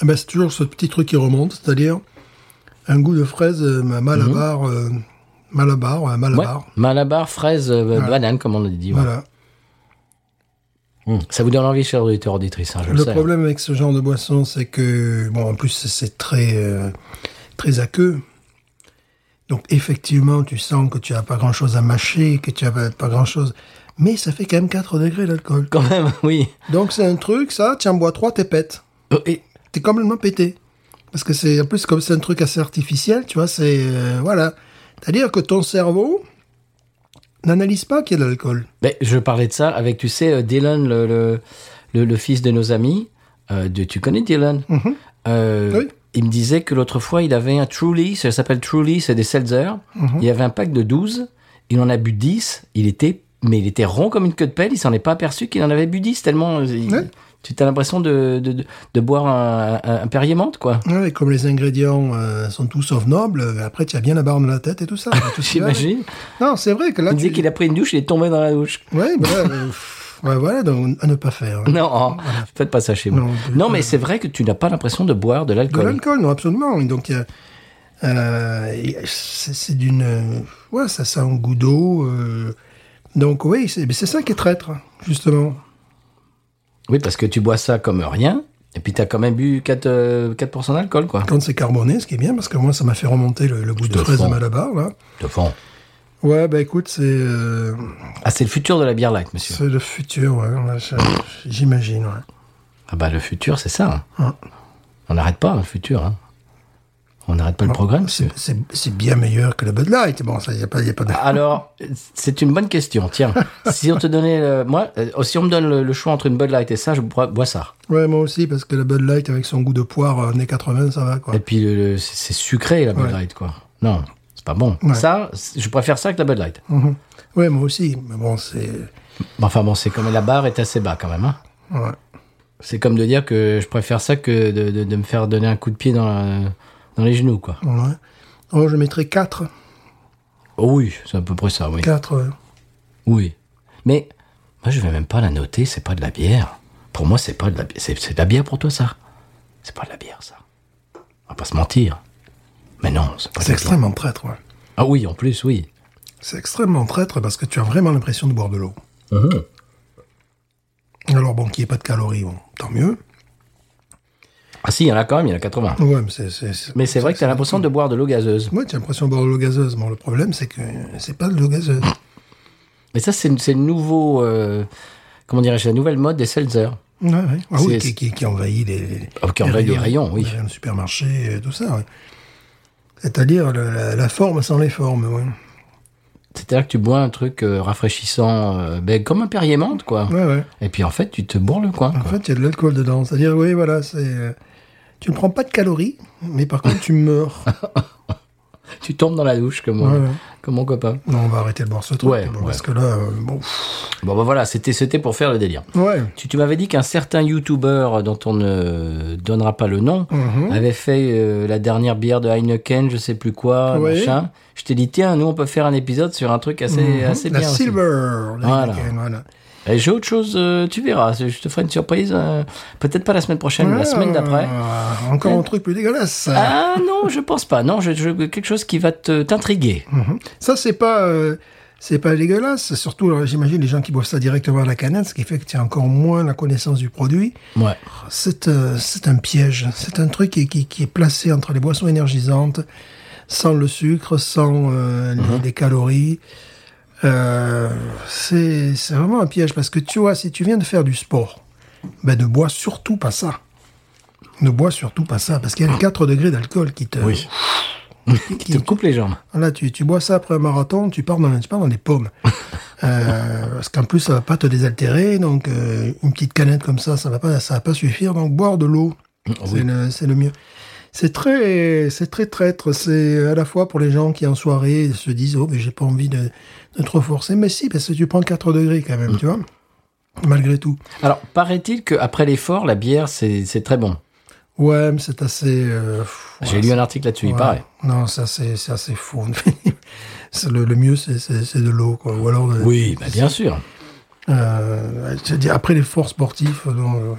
Speaker 2: eh ben, c'est toujours ce petit truc qui remonte, c'est-à-dire un goût de fraise euh, malabar, euh, malabar, ouais,
Speaker 1: Ouais.
Speaker 2: malabar.
Speaker 1: Malabar, fraise, euh, banane, comme on a dit. ouais.
Speaker 2: Voilà.
Speaker 1: Mm. Ça vous donne envie, chers auditeurs, auditrices, hein, je le,
Speaker 2: Le
Speaker 1: sais.
Speaker 2: problème avec ce genre de boisson, c'est que, bon, en plus, c'est- c'est très, euh, très aqueux. Donc effectivement, tu sens que tu as pas grand-chose à mâcher, que tu as pas, pas grand-chose, mais ça fait quand même 4 degrés l'alcool.
Speaker 1: Quand même, oui.
Speaker 2: Donc c'est un truc, ça, tiens, bois 3, t'es pète.
Speaker 1: Euh, Et,
Speaker 2: T'es complètement pété. Parce que c'est, en plus, comme c'est un truc assez artificiel, tu vois, c'est, euh, voilà. C'est-à-dire que ton cerveau n'analyse pas qu'il y a de l'alcool.
Speaker 1: ben, je parlais de ça avec, tu sais, euh, Dylan, le, le, le- le fils de nos amis. Euh, de, tu connais Dylan Euh,
Speaker 2: Oui.
Speaker 1: Il me disait que l'autre fois, il avait un Truly, ça s'appelle Truly, c'est des Seltzer.
Speaker 2: Mhm.
Speaker 1: Il y avait un pack de 12, il en a bu 10, il était, mais il était rond comme une queue de pelle, il s'en est pas aperçu qu'il en avait bu 10, tellement. euh, il-
Speaker 2: Ouais.
Speaker 1: Tu as l'impression de, de, de- de boire un, un, un Perrier menthe, quoi.
Speaker 2: Ouais, et comme les ingrédients euh, sont tous sauf nobles, euh, après, tu as bien la barbe dans la tête et tout ça. tout ce qui va avec.
Speaker 1: J'imagine.
Speaker 2: Non, c'est vrai que là,
Speaker 1: Il me disait
Speaker 2: tu...
Speaker 1: qu'il a pris une douche, il est tombé dans la douche.
Speaker 2: Ouais, bah, euh, pff, ouais, voilà, donc, à ne pas faire. hein.
Speaker 1: Non, oh, faites pas ça chez vous.
Speaker 2: Non,
Speaker 1: Non, mais c'est vrai que tu n'as pas l'impression de boire de
Speaker 2: De
Speaker 1: l'alcool.
Speaker 2: l'alcool, non, absolument. Et donc, euh, euh, et c'est c'est d'une. euh, Ouais, ça sent un goût d'eau. euh, donc, oui, c'est mais c'est ça qui est traître, justement.
Speaker 1: Oui, parce que tu bois ça comme rien, et puis tu as quand même bu 4%, euh, 4 d'alcool, quoi.
Speaker 2: Quand c'est carboné, ce qui est bien, parce que moi, ça m'a fait remonter le, le goût de
Speaker 1: te
Speaker 2: fraise à
Speaker 1: fond.
Speaker 2: Malabar, là.
Speaker 1: De fond.
Speaker 2: Ouais, bah écoute, c'est euh,
Speaker 1: Ah, c'est le futur de la bière light, monsieur.
Speaker 2: c'est le futur, ouais, ouais, je- j'imagine, ouais.
Speaker 1: Ah bah, le futur, c'est ça. hein.
Speaker 2: Hum.
Speaker 1: On n'arrête pas, hein, le futur. hein. On n'arrête pas le programme, monsieur.
Speaker 2: C'est c'est bien meilleur que le Bud Light. Bon, ça, il n'y a pas, y a pas de...
Speaker 1: Alors, c'est une bonne question. Tiens, si on te donnait, le- moi, euh, si on me donne le, le choix entre une Bud Light et ça, je bois, bois ça.
Speaker 2: Ouais, moi aussi, parce que le Bud Light, avec son goût de poire euh, années 80, ça va, quoi.
Speaker 1: Et puis, le- le- c'est c'est sucré la Bud
Speaker 2: Ouais.
Speaker 1: Light, quoi. Non, c'est pas bon.
Speaker 2: Ouais.
Speaker 1: Ça, c'est- je préfère ça que la Bud Light.
Speaker 2: Mhm. Ouais, moi aussi, mais bon, c'est...
Speaker 1: Mais Enfin bon, c'est comme la barre est assez bas quand même. hein.
Speaker 2: Ouais.
Speaker 1: C'est comme de dire que je préfère ça que de, de- de me faire donner un coup de pied dans, la- dans les genoux, quoi.
Speaker 2: Ouais. Oh, je mettrais 4.
Speaker 1: Oh oui, c'est à peu près ça, oui.
Speaker 2: 4. euh,
Speaker 1: Oui. Mais moi, je vais même pas la noter, c'est pas de la bière. Pour moi, c'est pas de la bière. C'est, c'est de la bière pour toi, ça C'est pas de la bière, ça. On va pas se mentir. Mais non, c'est pas de
Speaker 2: C'est
Speaker 1: la bière.
Speaker 2: extrêmement traître, ouais.
Speaker 1: Ah oui, en plus, oui.
Speaker 2: C'est extrêmement traître parce que tu as vraiment l'impression de boire de l'eau.
Speaker 1: Uh-huh.
Speaker 2: Alors bon, qu'il n'y ait pas de calories, bon, tant mieux.
Speaker 1: Ah si, il y en a quand même, il y en a 80.
Speaker 2: Ouais, mais c'est... c'est- c'est-
Speaker 1: Mais c'est vrai que t'as l'impression de boire de l'eau gazeuse.
Speaker 2: Ouais, tu as l'impression de boire de l'eau gazeuse. Bon, le problème, c'est que euh, c'est pas de l'eau gazeuse.
Speaker 1: Mais ça, c'est, c'est le nouveau... euh, comment dirais-je La nouvelle mode des seltzer.
Speaker 2: Ouais, ouais. Ah oui,
Speaker 1: C'est-
Speaker 2: qui, qui, qui envahit les,
Speaker 1: Ah, qui envahit les rayons, oui.
Speaker 2: Le supermarché, euh, tout ça, ouais. C'est-à-dire le- la, la forme sans les formes, ouais.
Speaker 1: C'est-à-dire que tu bois un truc euh, rafraîchissant, euh, ben, comme un Perrier menthe, quoi.
Speaker 2: Ouais, ouais.
Speaker 1: Et puis en fait, tu te bourres le coin.
Speaker 2: En
Speaker 1: quoi.
Speaker 2: fait, il y a de l'alcool dedans. C'est-à-dire, oui, voilà, c'est... euh, Tu ne prends pas de calories, mais par contre, tu meurs.
Speaker 1: Tu tombes dans la douche comme, mon-
Speaker 2: Ouais, ouais.
Speaker 1: comme mon copain.
Speaker 2: Non, on va arrêter de boire ce truc.
Speaker 1: Ouais,
Speaker 2: bon,
Speaker 1: ouais.
Speaker 2: Parce que là, euh, bon. pff,
Speaker 1: Bon ben voilà, c'était c'était pour faire le délire.
Speaker 2: Ouais.
Speaker 1: Tu, tu m'avais dit qu'un certain youtubeur dont on ne donnera pas le nom
Speaker 2: Mhm.
Speaker 1: avait fait euh, la dernière bière de Heineken, je sais plus quoi,
Speaker 2: Oui.
Speaker 1: machin. Je t'ai dit tiens, nous on peut faire un épisode sur un truc assez assez
Speaker 2: Mhm. La
Speaker 1: bien. aussi.
Speaker 2: silver. la
Speaker 1: Voilà.
Speaker 2: Heineken, voilà.
Speaker 1: Et j'ai autre chose, euh, tu verras. Je te ferai une surprise, euh, peut-être pas la semaine prochaine, mais la semaine d'après.
Speaker 2: Ah, encore un truc plus dégueulasse.
Speaker 1: Ah non, je pense pas. Non, je, je- quelque chose qui va te t'intriguer.
Speaker 2: Mhm. Ça, c'est pas, euh, c'est pas dégueulasse. Surtout, alors, j'imagine les gens qui boivent ça directement à la canette, ce qui fait que tu as encore moins la connaissance du produit.
Speaker 1: Ouais.
Speaker 2: C'est, euh, c'est un piège. C'est un truc qui, qui, qui est placé entre les boissons énergisantes, sans le sucre, sans euh, les- les, calories. Euh, c'est, c'est vraiment un piège parce que tu vois, si tu viens de faire du sport, ben ne bois surtout pas ça. Ne bois surtout pas ça parce qu'il y a les 4 degrés d'alcool qui te,
Speaker 1: Oui.
Speaker 2: qui-
Speaker 1: Qui te coupe les jambes.
Speaker 2: Ah, Là, tu, tu bois ça après un marathon, tu pars dans, tu pars dans les pommes. Euh, parce qu'en plus, ça va pas te désaltérer. Donc, euh, une petite canette comme ça, ça va pas, ça va pas suffire. Donc, boire de l'eau,
Speaker 1: Ah
Speaker 2: c'est le, c'est le mieux. C'est très, c'est très traître. C'est à la fois pour les gens qui en soirée se disent, oh, mais j'ai pas envie de, de trop forcer. Mais si, parce que tu prends 4 degrés quand
Speaker 1: Mm.
Speaker 2: même, tu vois. Malgré tout.
Speaker 1: Alors, paraît-il qu'après l'effort, la bière, c'est c'est très bon.
Speaker 2: Ouais, mais c'est assez, euh, pff,
Speaker 1: J'ai
Speaker 2: ouais,
Speaker 1: lu un article là-dessus, il
Speaker 2: Ouais.
Speaker 1: paraît.
Speaker 2: Non, ça c'est c'est assez fou. C'est le, le mieux, c'est- c'est c'est de l'eau, quoi. Ou alors, euh, de-
Speaker 1: Oui, bah, bien sûr.
Speaker 2: euh, je veux dire, après les sportifs sportifs, euh, non, euh,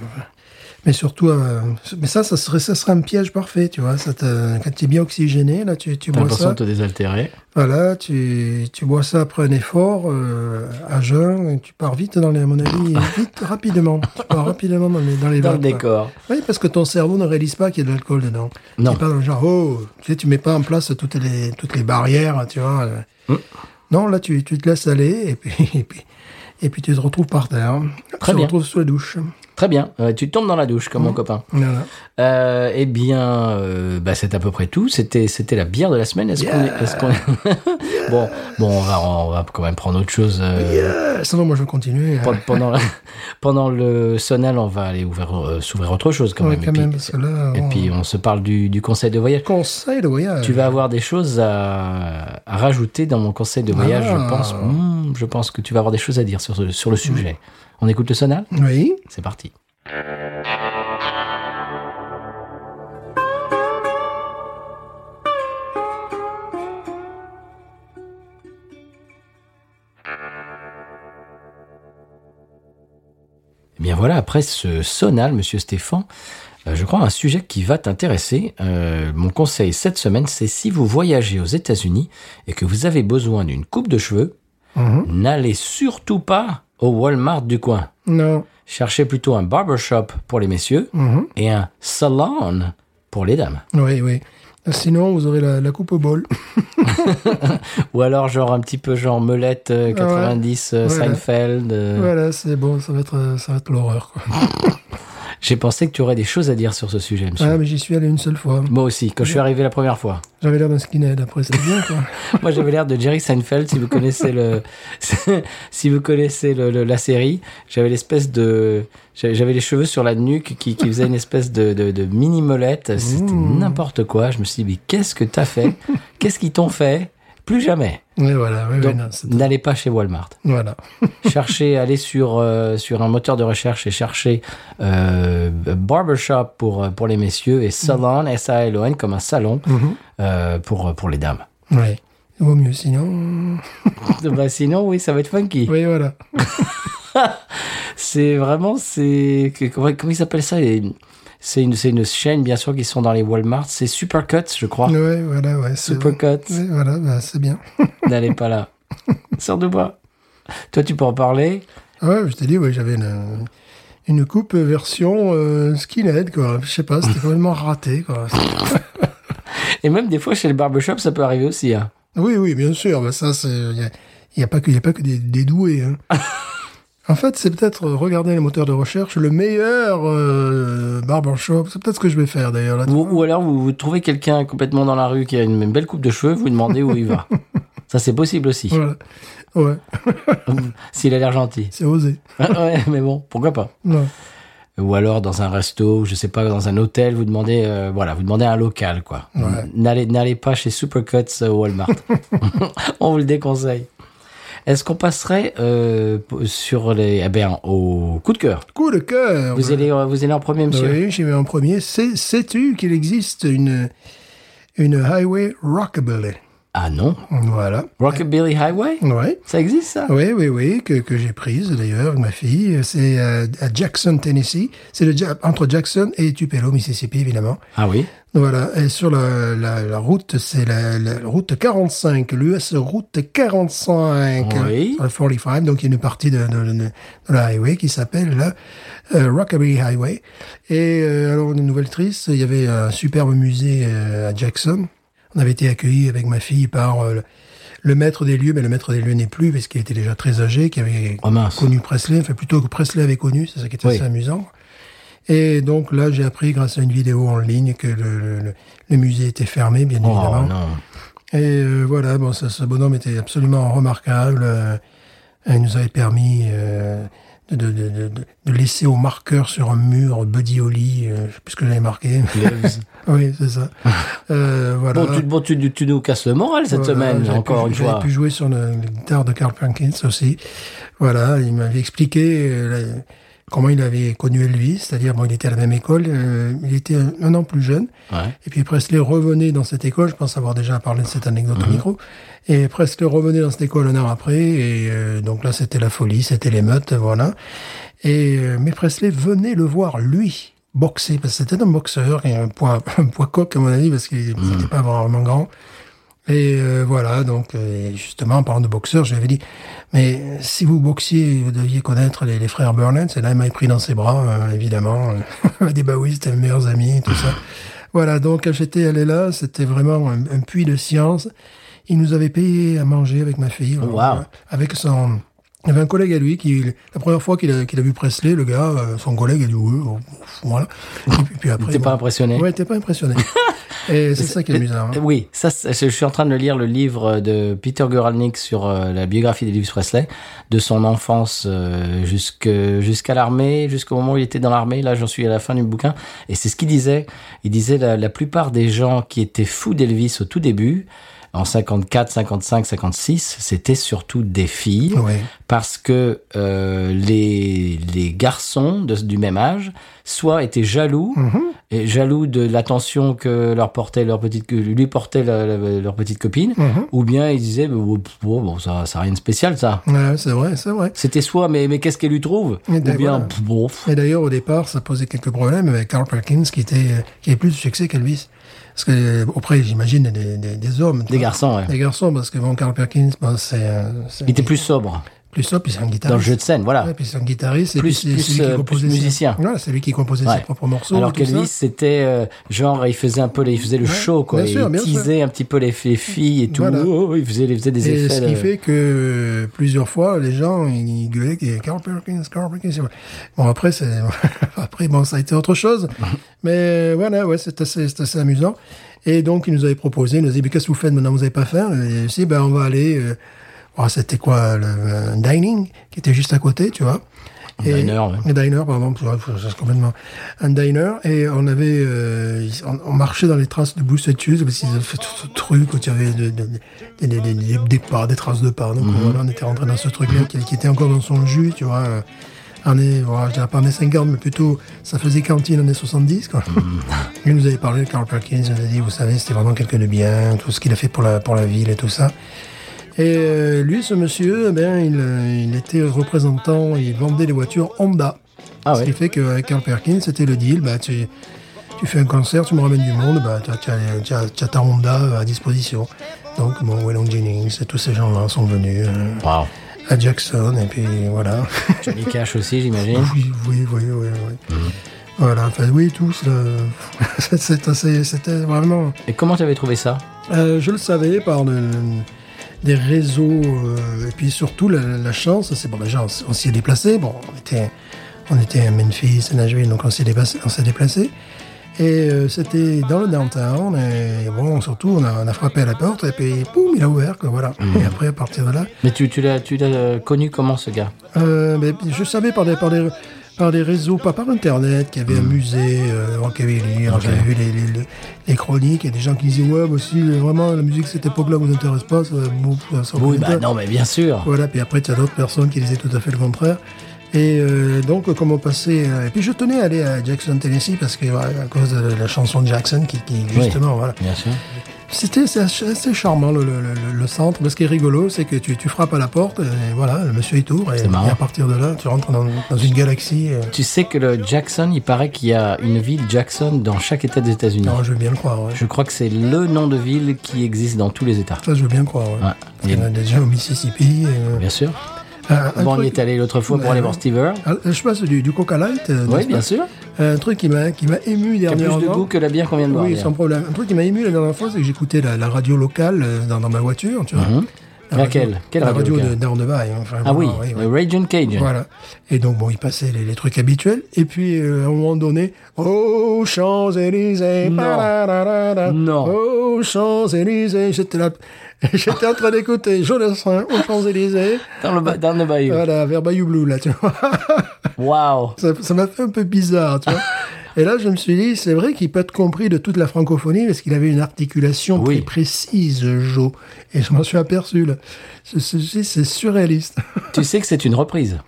Speaker 2: Mais surtout, euh, mais ça, ça serait, ça serait un piège parfait, tu vois. Ça te- quand tu es bien oxygéné, là, tu, tu
Speaker 1: T'as
Speaker 2: bois
Speaker 1: l'impression
Speaker 2: ça.
Speaker 1: de te désaltérer.
Speaker 2: Voilà, tu, tu bois ça après un effort, euh, à jeun, et tu pars vite dans les, à mon avis, vite, rapidement. Tu pars rapidement dans les, dans les
Speaker 1: Dans le
Speaker 2: vapes, quoi.
Speaker 1: décor.
Speaker 2: Oui, parce que ton cerveau ne réalise pas qu'il y a de l'alcool dedans.
Speaker 1: Non.
Speaker 2: C'est pas dans le genre, oh, tu sais, tu mets pas en place toutes les, toutes les barrières, tu vois. euh.
Speaker 1: Mm.
Speaker 2: Non, là, tu, tu te laisses aller et puis, et puis, et puis tu te retrouves par terre.
Speaker 1: Très
Speaker 2: tu
Speaker 1: bien.
Speaker 2: te retrouves sous la douche.
Speaker 1: Très bien. Euh, tu tombes dans la douche,
Speaker 2: Mmh.
Speaker 1: comme mon copain.
Speaker 2: Voilà.
Speaker 1: Euh, eh bien, euh, bah, c'est à peu près tout. C'était, c'était la bière de la semaine. Est-ce qu'on, est,
Speaker 2: Yeah.
Speaker 1: est-ce qu'on bon, bon, on va, on va quand même prendre autre chose. euh,
Speaker 2: Euh, sinon, moi, je vais continuer. euh,
Speaker 1: pen- Pendant, la- pendant le sonal, on va aller ouvrir, euh, s'ouvrir autre chose quand
Speaker 2: Ouais,
Speaker 1: même.
Speaker 2: quand
Speaker 1: et
Speaker 2: même,
Speaker 1: puis,
Speaker 2: parce que là,
Speaker 1: et
Speaker 2: on-
Speaker 1: puis, on se parle du, du conseil de voyage.
Speaker 2: Conseil de voyage.
Speaker 1: Tu vas avoir des choses à, à rajouter dans mon conseil de voyage, je
Speaker 2: Ah.
Speaker 1: pense. Hmm, je pense que tu vas avoir des choses à dire sur, ce- sur le sujet. On écoute le sonal
Speaker 2: Oui.
Speaker 1: C'est parti. Eh bien voilà, après ce sonal, monsieur Stéphane, euh, je crois un sujet qui va t'intéresser. Euh, mon conseil cette semaine, c'est si vous voyagez aux États-Unis et que vous avez besoin d'une coupe de cheveux,
Speaker 2: Mhm.
Speaker 1: n'allez surtout pas au Walmart du coin.
Speaker 2: Non.
Speaker 1: Cherchez plutôt un barbershop pour les messieurs
Speaker 2: Mhm.
Speaker 1: et un salon pour les dames.
Speaker 2: Oui, oui. Sinon, vous aurez la, la coupe au bol.
Speaker 1: Ou alors genre un petit peu genre Melette euh, 90 euh,
Speaker 2: Voilà.
Speaker 1: Seinfeld. euh,
Speaker 2: voilà, c'est bon, ça va être, euh, ça va être l'horreur. quoi.
Speaker 1: J'ai pensé que tu aurais des choses à dire sur ce sujet, monsieur.
Speaker 2: Ah, mais j'y suis allé une seule fois.
Speaker 1: Moi aussi, quand je suis arrivé la première fois.
Speaker 2: J'avais l'air d'un skinhead après, c'était bien, quoi.
Speaker 1: Moi, j'avais l'air de Jerry Seinfeld, si vous connaissez le, si vous connaissez le- le- la série. J'avais l'espèce de, j'avais j'avais les cheveux sur la nuque qui, qui faisait une espèce de, de, de mini molette. C'était n'importe quoi. Je me suis dit, mais qu'est-ce que t'as fait? Qu'est-ce qu'ils t'ont fait? Plus jamais.
Speaker 2: Oui, voilà, oui,
Speaker 1: Donc,
Speaker 2: oui, non, c'est-
Speaker 1: n'allez pas chez Walmart.
Speaker 2: voilà.
Speaker 1: Cherchez, allez sur, euh, sur un moteur de recherche et cherchez euh, barbershop pour, euh, pour les messieurs et salon,
Speaker 2: Mm-hmm.
Speaker 1: S-A-L-O-N, comme un salon
Speaker 2: Mhm.
Speaker 1: euh, pour, pour les dames.
Speaker 2: Oui. Il vaut mieux sinon.
Speaker 1: Bah, sinon, oui, ça va être funky.
Speaker 2: Oui, voilà.
Speaker 1: C'est vraiment, c'est. que- Comment, comment ils s'appellent ça les- C'est une, c'est une chaîne, bien sûr, qui sont dans les Walmart. C'est Supercuts, je crois.
Speaker 2: Oui, voilà, ouais. c'est-
Speaker 1: Supercuts,
Speaker 2: Oui, voilà, bah, c'est bien.
Speaker 1: n'allez pas là. Sors de moi. Toi, tu peux en parler.
Speaker 2: Ah ouais, je t'ai dit, ouais, j'avais une, une coupe version euh, skinhead, quoi. Je sais pas, c'était complètement raté, quoi.
Speaker 1: Et même des fois, chez le barbershop, ça peut arriver aussi. hein.
Speaker 2: Oui, oui, bien sûr. Bah, ça, c'est. Il n'y a, y a pas que, y a pas que des, des doués. hein. en fait, c'est peut-être euh, regarder les moteurs de recherche, le meilleur euh, barbershop. C'est peut-être ce que je vais faire d'ailleurs. là.
Speaker 1: Ou, ou alors, vous, vous trouvez quelqu'un complètement dans la rue qui a une, une belle coupe de cheveux, vous demandez où il va. Ça, c'est possible aussi.
Speaker 2: Voilà. Ouais,
Speaker 1: S'il a l'air gentil.
Speaker 2: c'est osé.
Speaker 1: ouais, mais bon, pourquoi pas.
Speaker 2: Ouais.
Speaker 1: ou alors dans un resto, je sais pas, dans un hôtel, vous demandez, euh, voilà, vous demandez un local, quoi. N- N'allez, n'allez pas chez Supercuts euh, Walmart. On vous le déconseille. Est-ce qu'on passerait euh, p- sur les, eh bien, au coup de cœur
Speaker 2: Coup de cœur.
Speaker 1: Vous allez, euh, vous allez en premier, monsieur.
Speaker 2: Oui, j'y vais en premier. Sais- Sais-tu qu'il existe une, une highway rockabilly
Speaker 1: Ah non,
Speaker 2: Voilà.
Speaker 1: Rockabilly Highway,
Speaker 2: Ouais.
Speaker 1: ça existe ça
Speaker 2: Oui, oui, oui, que, que j'ai prise d'ailleurs, avec ma fille. C'est euh, à Jackson, Tennessee. C'est le Ja- entre Jackson et Tupelo, Mississippi, évidemment.
Speaker 1: Ah oui.
Speaker 2: Voilà, et sur la, la, la route, c'est la, la route 45, l'US route 45,
Speaker 1: Oui.
Speaker 2: sur la 45, donc il y a une partie de, de, de- de la highway qui s'appelle la euh, Rockabilly Highway. Et euh, alors, une nouvelle triste, il y avait un superbe musée euh, à Jackson. On avait été accueillis avec ma fille par euh, le- le maître des lieux, mais le maître des lieux n'est plus, parce qu'il était déjà très âgé, qui avait
Speaker 1: Oh mince.
Speaker 2: connu Presley, enfin plutôt que Presley avait connu, c'est ça qui était
Speaker 1: Oui.
Speaker 2: assez amusant. Et donc là, j'ai appris grâce à une vidéo en ligne que le, le- le- le musée était fermé, bien
Speaker 1: Oh
Speaker 2: évidemment.
Speaker 1: non.
Speaker 2: Et euh, voilà, bon, ce, ce bonhomme était absolument remarquable. euh, il nous avait permis euh, de, de- de- de- de laisser au marqueur sur un mur Buddy Holly, euh, je sais plus ce que j'avais marqué. oui, c'est ça. Euh, voilà.
Speaker 1: Bon, tu, bon, tu, tu nous casses le moral cette
Speaker 2: Voilà,
Speaker 1: semaine,
Speaker 2: j'avais
Speaker 1: encore
Speaker 2: pu-
Speaker 1: une fois.
Speaker 2: J'avais pu jouer sur le- la guitare de Carl Perkins aussi. Voilà, il m'avait expliqué euh, la- comment il avait connu Elvis, c'est-à-dire bon, il était à la même école, euh, il était un, un an plus jeune.
Speaker 1: Ouais.
Speaker 2: Et puis Presley revenait dans cette école, je pense avoir déjà parlé de cette anecdote
Speaker 1: Mhm.
Speaker 2: au micro. Et Presley revenait dans cette école un an après, et euh, donc là c'était la folie, c'était l'émeute, voilà. Et euh, mais Presley venait le voir lui. boxer, parce que c'était un boxeur, et un poids, un poids coq à mon avis, parce qu'il
Speaker 1: Mhm.
Speaker 2: n'était pas vraiment grand. Et euh, voilà, donc euh, et justement, en parlant de boxeur, je lui avais dit, mais si vous boxiez, vous deviez connaître les, les frères Burlens. Et là, il m'a pris dans ses bras, euh, évidemment. des bah oui, c'était mes meilleurs amis, tout ça. Voilà, donc j'étais allé là, c'était vraiment un, un puits de science. Il nous avait payé à manger avec ma fille. hein,
Speaker 1: Wow.
Speaker 2: Avec son... Il y avait un collègue à lui qui, la première fois qu'il a, qu'il a vu Presley, le gars, euh, son collègue, il a dit, ouais, oh, pff, voilà. Et puis, puis après.
Speaker 1: T'es pas impressionné Euh,
Speaker 2: Ouais, t'es pas impressionné. Et c'est ça qui est amusant. hein.
Speaker 1: Oui, ça, c'est- je suis en train de lire le livre de Peter Guralnick sur euh, la biographie d'Elvis Presley, de son enfance euh, jusque jusqu'à l'armée, jusqu'au moment où il était dans l'armée. Là, j'en suis à la fin du bouquin. Et c'est ce qu'il disait. Il disait la, la plupart des gens qui étaient fous d'Elvis au tout début, en 54, 55, 56, c'était surtout des filles
Speaker 2: Ouais.
Speaker 1: parce que euh, les, les garçons de, du même âge, soit étaient jaloux,
Speaker 2: Mhm.
Speaker 1: et jaloux de l'attention que leur portait leur petite, que lui portait la- la- leur petite copine,
Speaker 2: Mhm.
Speaker 1: ou bien ils disaient bah, bon, pff, bon, bon, ça, ça a rien de spécial ça.
Speaker 2: Ouais, c'est vrai, c'est vrai.
Speaker 1: C'était soit mais, mais qu'est-ce qu'elle lui trouve,
Speaker 2: Et
Speaker 1: ou bien
Speaker 2: ben voilà.
Speaker 1: pff, bon, pff.
Speaker 2: Et d'ailleurs, au départ, ça posait quelques problèmes avec Carl Perkins, qui était, euh, qui avait plus de succès qu'Elvis. Parce que, euh, auprès, j'imagine, des, des, des hommes. tu
Speaker 1: des
Speaker 2: vois.
Speaker 1: garçons. ouais.
Speaker 2: Des garçons, parce que bon, Carl Perkins, bon, c'est, euh, c'est-
Speaker 1: Il était plus sobre
Speaker 2: plus ça, puis c'est un guitariste.
Speaker 1: dans le jeu de scène, voilà.
Speaker 2: Ouais, puis c'est un guitariste, et
Speaker 1: Plus-
Speaker 2: puis c'est
Speaker 1: plus,
Speaker 2: celui
Speaker 1: euh,
Speaker 2: qui composait
Speaker 1: plus
Speaker 2: ses-
Speaker 1: musicien.
Speaker 2: Voilà, c'est lui qui composait
Speaker 1: Ouais.
Speaker 2: ses propres morceaux.
Speaker 1: Alors
Speaker 2: et tout
Speaker 1: qu'Elvis,
Speaker 2: ça.
Speaker 1: c'était euh, genre, il faisait un peu, les- il faisait le show, quoi.
Speaker 2: bien sûr,
Speaker 1: il
Speaker 2: bien sûr.
Speaker 1: teasait un petit peu les, les filles et tout.
Speaker 2: Voilà.
Speaker 1: Oh, il, faisait, il faisait des
Speaker 2: Et
Speaker 1: effets.
Speaker 2: ce qui
Speaker 1: euh,
Speaker 2: fait que euh, plusieurs fois, les gens, ils gueulaient, que Carl Perkins, Carl Perkins. c'est vrai. Bon, après, c'est, après, bon, ça a été autre chose. Mais euh, voilà, ouais, c'est assez, c'est assez amusant. Et donc, ils nous avaient proposé, ils nous avaient dit, mais qu'est-ce que vous faites maintenant, vous n'avez pas faim? Et si, ben, on va aller, euh, oh, c'était quoi, le euh, dining, qui était juste à côté, tu vois. Et-
Speaker 1: diner, ouais.
Speaker 2: un diner, pardon, pour- pour- c'est complètement un diner. Et on avait, euh, ils- on, on marchait dans les traces de Boussatus parce qu'ils avaient fait tout ce truc où il y avait de- de- de- de- de- de- des parts, des traces de parts. Donc voilà, on était rentré dans ce truc-là qui, qui était encore dans son jus, tu vois. euh, Année, voilà, je dirais pas années 50, mais plutôt, ça faisait cantine années 70, quoi. Il nous avait parlé de Carl Perkins, il nous a dit, vous savez, c'était vraiment quelqu'un de bien, tout ce qu'il a fait pour la, pour la ville et tout ça. Et euh, lui, ce monsieur, eh ben, il, euh, il était représentant, il vendait les voitures Honda.
Speaker 1: Ah
Speaker 2: Ce
Speaker 1: ouais.
Speaker 2: qui fait qu'avec Carl Perkins, c'était le deal, bah, tu, tu fais un concert, tu me ramènes du monde, bah, tu as, tu as- tu as- tu as ta Honda euh, à disposition. Donc, bon, Waylon Jennings et tous ces gens-là sont venus euh,
Speaker 1: Wow.
Speaker 2: à Jackson, et puis voilà.
Speaker 1: Johnny Cash aussi, j'imagine.
Speaker 2: Oui, oui, oui, oui, oui.
Speaker 1: Mm.
Speaker 2: Voilà, enfin, oui, tous, là. c'est- c'est assez- c'était vraiment...
Speaker 1: Et comment t'avais trouvé ça
Speaker 2: Euh, je le savais par le- le- des réseaux euh, et puis surtout la, la chance, c'est bon déjà on, s- on s'y est déplacé, bon on était on était à Memphis, à Nashville, donc on s'est déplacé, on s'est déplacé. Et euh, c'était dans le downtown et bon surtout on a, on a frappé à la porte et puis boum il a ouvert quoi voilà. Et après à partir de là,
Speaker 1: Mais tu, tu l'as tu l'as euh, connu comment ce gars
Speaker 2: euh, mais je savais par des, par des, par des réseaux, pas par Internet, qu'il y
Speaker 1: Mm.
Speaker 2: avait un musée euh, Rockabilly. Alors, J'avais vu les, les, les, les chroniques et des gens qui disaient Ouais, bah, si vraiment la musique cette époque-là vous intéresse pas, ça, bon, ça, ça
Speaker 1: Oui,
Speaker 2: vous
Speaker 1: bah
Speaker 2: intéresse.
Speaker 1: non, mais bien sûr.
Speaker 2: Voilà, puis après, tu as d'autres personnes qui disaient tout à fait le contraire. Et euh, donc, comment passer euh, Et puis, je tenais à aller à Jackson, Tennessee, parce que euh, à cause de la chanson de Jackson, qui, qui justement, voilà.
Speaker 1: Bien sûr.
Speaker 2: C'était c'est assez, assez charmant le, le, le, le centre. Mais ce qui est rigolo, c'est que tu, tu frappes à la porte, euh, et voilà, le monsieur il ouvre, et,
Speaker 1: marrant.
Speaker 2: et à partir de là, tu rentres dans, dans une galaxie. euh,
Speaker 1: Tu sais que le Jackson, il paraît qu'il y a une ville Jackson dans chaque État des États-Unis.
Speaker 2: Non, je veux bien le croire. ouais.
Speaker 1: Je crois que c'est le nom de ville qui existe dans tous les États.
Speaker 2: Ça, je veux bien le croire. Ouais.
Speaker 1: Ouais.
Speaker 2: Parce qu'il y en a déjà au Mississippi. euh,
Speaker 1: Bien sûr.
Speaker 2: un- un
Speaker 1: Bon, on y
Speaker 2: truc-
Speaker 1: est allé l'autre fois pour
Speaker 2: Ouais,
Speaker 1: aller
Speaker 2: ouais.
Speaker 1: voir Steve Earle.
Speaker 2: Ah, Je passe du, du Coca Light. euh,
Speaker 1: Oui,
Speaker 2: n'est-ce
Speaker 1: bien
Speaker 2: pas
Speaker 1: sûr.
Speaker 2: Un truc qui m'a qui m'a ému
Speaker 1: Il y a
Speaker 2: dernièrement.
Speaker 1: plus de goût que la bière qu'on vient de boire.
Speaker 2: Oui,
Speaker 1: hier.
Speaker 2: sans problème. Un truc qui m'a ému la dernière fois, c'est que j'écoutais la, la radio locale euh, dans, dans ma voiture, tu vois. La
Speaker 1: Mhm. Laquelle
Speaker 2: radio-
Speaker 1: Quelle
Speaker 2: La
Speaker 1: radio
Speaker 2: radio
Speaker 1: locale
Speaker 2: de d'Arnevaille. hein. Enfin,
Speaker 1: Ah oui,
Speaker 2: vraiment,
Speaker 1: le Raging Cage.
Speaker 2: Voilà. Et donc, bon, il passait les, les trucs habituels. Et puis, euh, à un moment donné, oh, Champs-Élysées,
Speaker 1: Non.
Speaker 2: parararara.
Speaker 1: Non.
Speaker 2: oh, Champs-Élysées, j'étais là, j'étais en train d'écouter Jodassin aux Champs-Élysées,
Speaker 1: Dans le, ba- dans le bayou.
Speaker 2: voilà, vers Bayou Blue, là, tu vois.
Speaker 1: Waouh.
Speaker 2: Ça ça m'a fait un peu bizarre, tu vois. Et là, je me suis dit, c'est vrai qu'il peut être compris de toute la francophonie parce qu'il avait une articulation
Speaker 1: Oui.
Speaker 2: très précise, Jo. Et je m'en suis aperçu, là. Ce- Ceci, c'est surréaliste.
Speaker 1: Tu sais que c'est une reprise.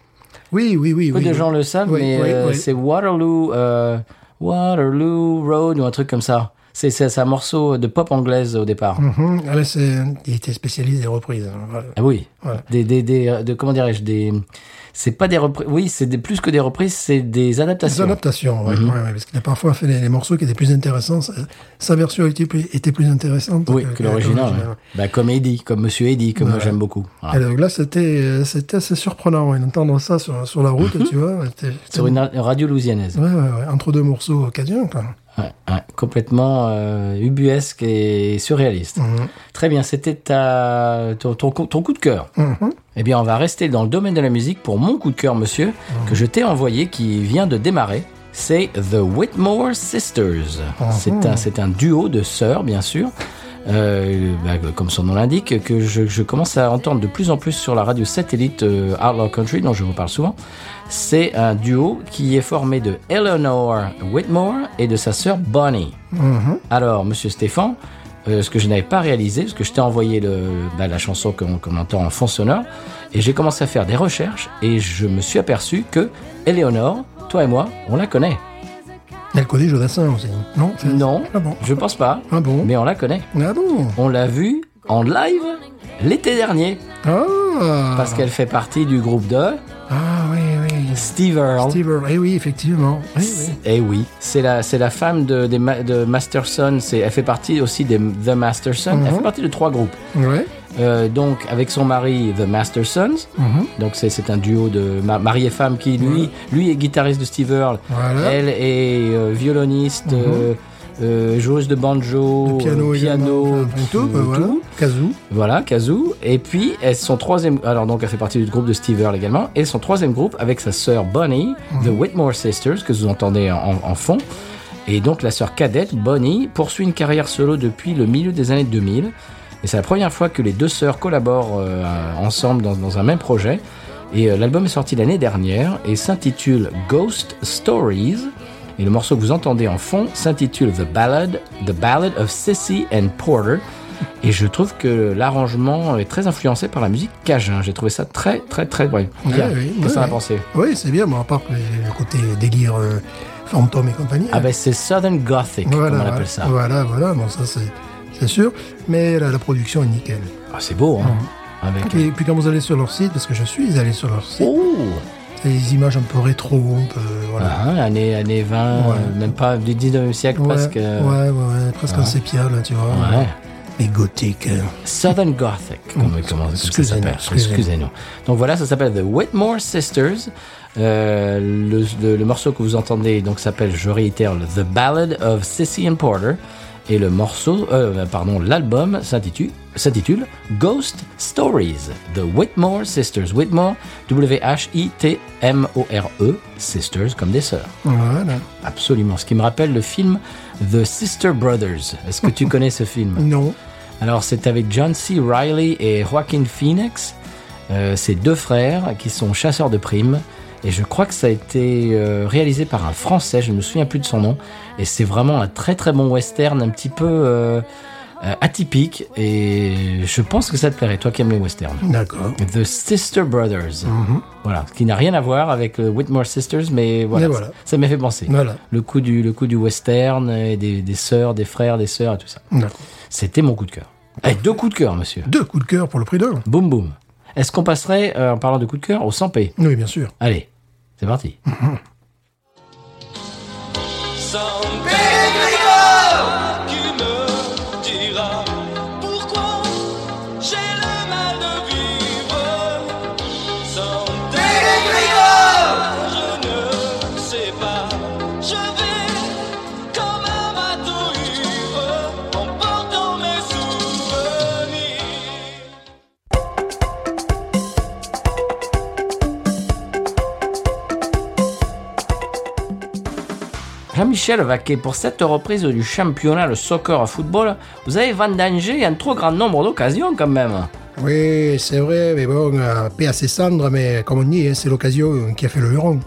Speaker 2: Oui, oui, oui.
Speaker 1: Peu
Speaker 2: oui,
Speaker 1: de
Speaker 2: oui.
Speaker 1: gens le savent,
Speaker 2: Oui,
Speaker 1: mais
Speaker 2: oui,
Speaker 1: euh,
Speaker 2: oui.
Speaker 1: c'est Waterloo, euh, Waterloo Road ou un truc comme ça. C'est c'est- c'est un morceau de pop anglaise au départ.
Speaker 2: Mhm. Ah, là, c'est- il était spécialiste des reprises. hein. Voilà.
Speaker 1: Ah oui.
Speaker 2: Voilà.
Speaker 1: Des, des, des, de, comment dirais-je, des, C'est pas des reprises. Oui, c'est des- plus que des reprises, c'est des
Speaker 2: Des
Speaker 1: adaptations.
Speaker 2: adaptations,
Speaker 1: Mhm.
Speaker 2: ouais, ouais, ouais, parce qu'il a parfois fait des, des morceaux qui étaient plus intéressants. Sa, sa version était plus, était plus intéressante
Speaker 1: oui, que l'original. ouais. Bah, comme Eddie, comme Monsieur Eddie, comme moi
Speaker 2: Voilà.
Speaker 1: j'aime beaucoup. Voilà.
Speaker 2: Et donc là, c'était euh, c'était assez surprenant ouais, d'entendre ça sur, sur la
Speaker 1: Mhm.
Speaker 2: route, tu vois. c'était-
Speaker 1: Sur une ra- radio louisianaise.
Speaker 2: Ouais, ouais, ouais, entre deux morceaux acadiens, quoi.
Speaker 1: Ouais, ouais, complètement euh, ubuesque et surréaliste.
Speaker 2: Mhm.
Speaker 1: Très bien, c'était ta, ton, ton coup- ton coup de cœur.
Speaker 2: Mhm.
Speaker 1: Eh bien, on va rester dans le domaine de la musique pour mon coup de cœur, monsieur, que je t'ai envoyé, qui vient de démarrer. C'est The Whitmore Sisters. C'est un, c'est un duo de sœurs, bien sûr. Euh, bah, comme son nom l'indique, que je, je commence à entendre de plus en plus sur la radio satellite euh, Outlaw Country, dont je vous parle souvent. C'est un duo qui est formé de Eleanor Whitmore et de sa sœur Bonnie.
Speaker 2: Mhm.
Speaker 1: Alors, monsieur Stéphane, euh, ce que je n'avais pas réalisé, parce que je t'ai envoyé le, bah, la chanson qu'on qu'on entend en fond sonore, et j'ai commencé à faire des recherches, et je me suis aperçu que Eleanor, toi et moi, on la connaît.
Speaker 2: Elle connaît Jodassin aussi, non C'est-
Speaker 1: Non,
Speaker 2: Ah bon
Speaker 1: je pense pas,
Speaker 2: Ah bon
Speaker 1: mais on la connaît.
Speaker 2: Ah bon
Speaker 1: On l'a vue en live l'été dernier,
Speaker 2: Ah
Speaker 1: parce qu'elle fait partie du groupe de
Speaker 2: Ah oui, oui.
Speaker 1: Steve Earle.
Speaker 2: Steve Earle, eh oui, effectivement. Oui, oui.
Speaker 1: Eh oui, c'est la, c'est la femme de, des Ma- de Masterson, c'est- elle fait partie aussi des The Masterson,
Speaker 2: Mhm.
Speaker 1: elle fait partie de trois groupes.
Speaker 2: Ouais.
Speaker 1: Euh, donc avec son mari The Mastersons.
Speaker 2: Mhm.
Speaker 1: Donc c'est- c'est un duo de ma- mari et femme qui lui lui est guitariste de Steve Earle.
Speaker 2: Voilà.
Speaker 1: Elle est euh, violoniste, euh, euh, joueuse de banjo,
Speaker 2: Oh, Le
Speaker 1: euh, piano,
Speaker 2: piano, également, enfin, tout,
Speaker 1: tout,
Speaker 2: bah, voilà.
Speaker 1: tout.
Speaker 2: Kazoo.
Speaker 1: Voilà, Kazoo. Et puis elle- son troisième alors donc elle fait partie du groupe de Steve Earle également et son troisième groupe avec sa sœur Bonnie, The
Speaker 2: Mhm.
Speaker 1: Whitmore Sisters que vous entendez en, en fond. Et donc la sœur cadette, Bonnie, poursuit une carrière solo depuis le milieu des années 2000. Et c'est la première fois que les deux sœurs collaborent euh, ensemble dans, dans un même projet. Et euh, l'album est sorti l'année dernière et s'intitule Ghost Stories. Et le morceau que vous entendez en fond s'intitule The Ballad, The Ballad of Sissy and Porter. Et je trouve que l'arrangement est très influencé par la musique cajun. J'ai trouvé ça très, très, très bien.
Speaker 2: Ouais,
Speaker 1: Bien.
Speaker 2: ouais,
Speaker 1: Qu'est-ce que t'en as
Speaker 2: ouais.
Speaker 1: pensé
Speaker 2: Oui, c'est bien, bon, à part que le côté délire euh, fantôme et compagnie. hein.
Speaker 1: Ah ben c'est Southern Gothic,
Speaker 2: voilà,
Speaker 1: comme on appelle ça.
Speaker 2: Voilà, voilà, bon, ça c'est. C'est sûr, mais la, la production est nickel.
Speaker 1: Ah, c'est beau, hein Avec...
Speaker 2: Et puis quand vous allez sur leur site, parce que je suis allé sur leur site,
Speaker 1: Oh
Speaker 2: c'est des images un peu rétro, un peu. Voilà.
Speaker 1: Ah, années, années 20,
Speaker 2: Ouais.
Speaker 1: euh, même pas du 19e siècle
Speaker 2: Ouais,
Speaker 1: presque.
Speaker 2: ouais,
Speaker 1: euh,
Speaker 2: ouais, ouais, presque en sépia, là, tu vois.
Speaker 1: ouais.
Speaker 2: Mais gothique. euh.
Speaker 1: Southern Gothic, comme, comment- comme ça
Speaker 2: Oh, excusez-nous,
Speaker 1: s'appelle.
Speaker 2: excusez-nous.
Speaker 1: Excusez-nous. Donc voilà, ça s'appelle The Whitmore Sisters. Euh, le, le- le morceau que vous entendez donc s'appelle, je réitère, le The Ballad of Sissy and Porter. Et le morceau, euh, pardon, l'album s'intitule s'intitule Ghost Stories, The Whitmore Sisters. Whitmore, W-H-I-T-M-O-R-E, E, Sisters comme des sœurs.
Speaker 2: Voilà.
Speaker 1: Absolument. Ce qui me rappelle le film The Sister Brothers. Est-ce que tu connais ce film
Speaker 2: Non.
Speaker 1: alors, c'est avec John C. Riley et Joaquin Phoenix. Euh, ces deux frères qui sont chasseurs de primes. Et je crois que ça a été euh, réalisé par un Français, je ne me souviens plus de son nom. Et c'est vraiment un très très bon western, un petit peu euh, euh, atypique. Et je pense que ça te plairait, toi qui aimes les westerns.
Speaker 2: D'accord.
Speaker 1: The Sister Brothers.
Speaker 2: Mhm.
Speaker 1: Voilà, ce qui n'a rien à voir avec le Whitmore Sisters, mais voilà,
Speaker 2: Mais voilà.
Speaker 1: ça- ça m'a fait penser.
Speaker 2: Voilà.
Speaker 1: Le, coup du, le coup du western, et des, des sœurs, des frères, des sœurs et tout ça.
Speaker 2: D'accord.
Speaker 1: C'était mon coup de cœur. Eh, deux coups de cœur, monsieur.
Speaker 2: Deux coups de cœur pour le prix d'un.
Speaker 1: Boum boum. Est-ce qu'on passerait, euh, en parlant de coup de cœur, au 100p
Speaker 2: Oui, bien sûr.
Speaker 1: Allez, c'est parti.
Speaker 3: Sans Grégoire qui me dira pourquoi j'ai le mal de vivre. Sans Grégoire, je ne sais pas. Je vais comme un bateau ivre en portant mes souvenirs.
Speaker 1: Jean-Michel Vaquet, pour cette reprise du championnat de soccer à football, vous avez vendangé un trop grand nombre d'occasions quand même.
Speaker 2: Oui, c'est vrai, mais bon, euh, paix à ses cendres, mais comme on dit, hein, c'est l'occasion qui a fait le huron.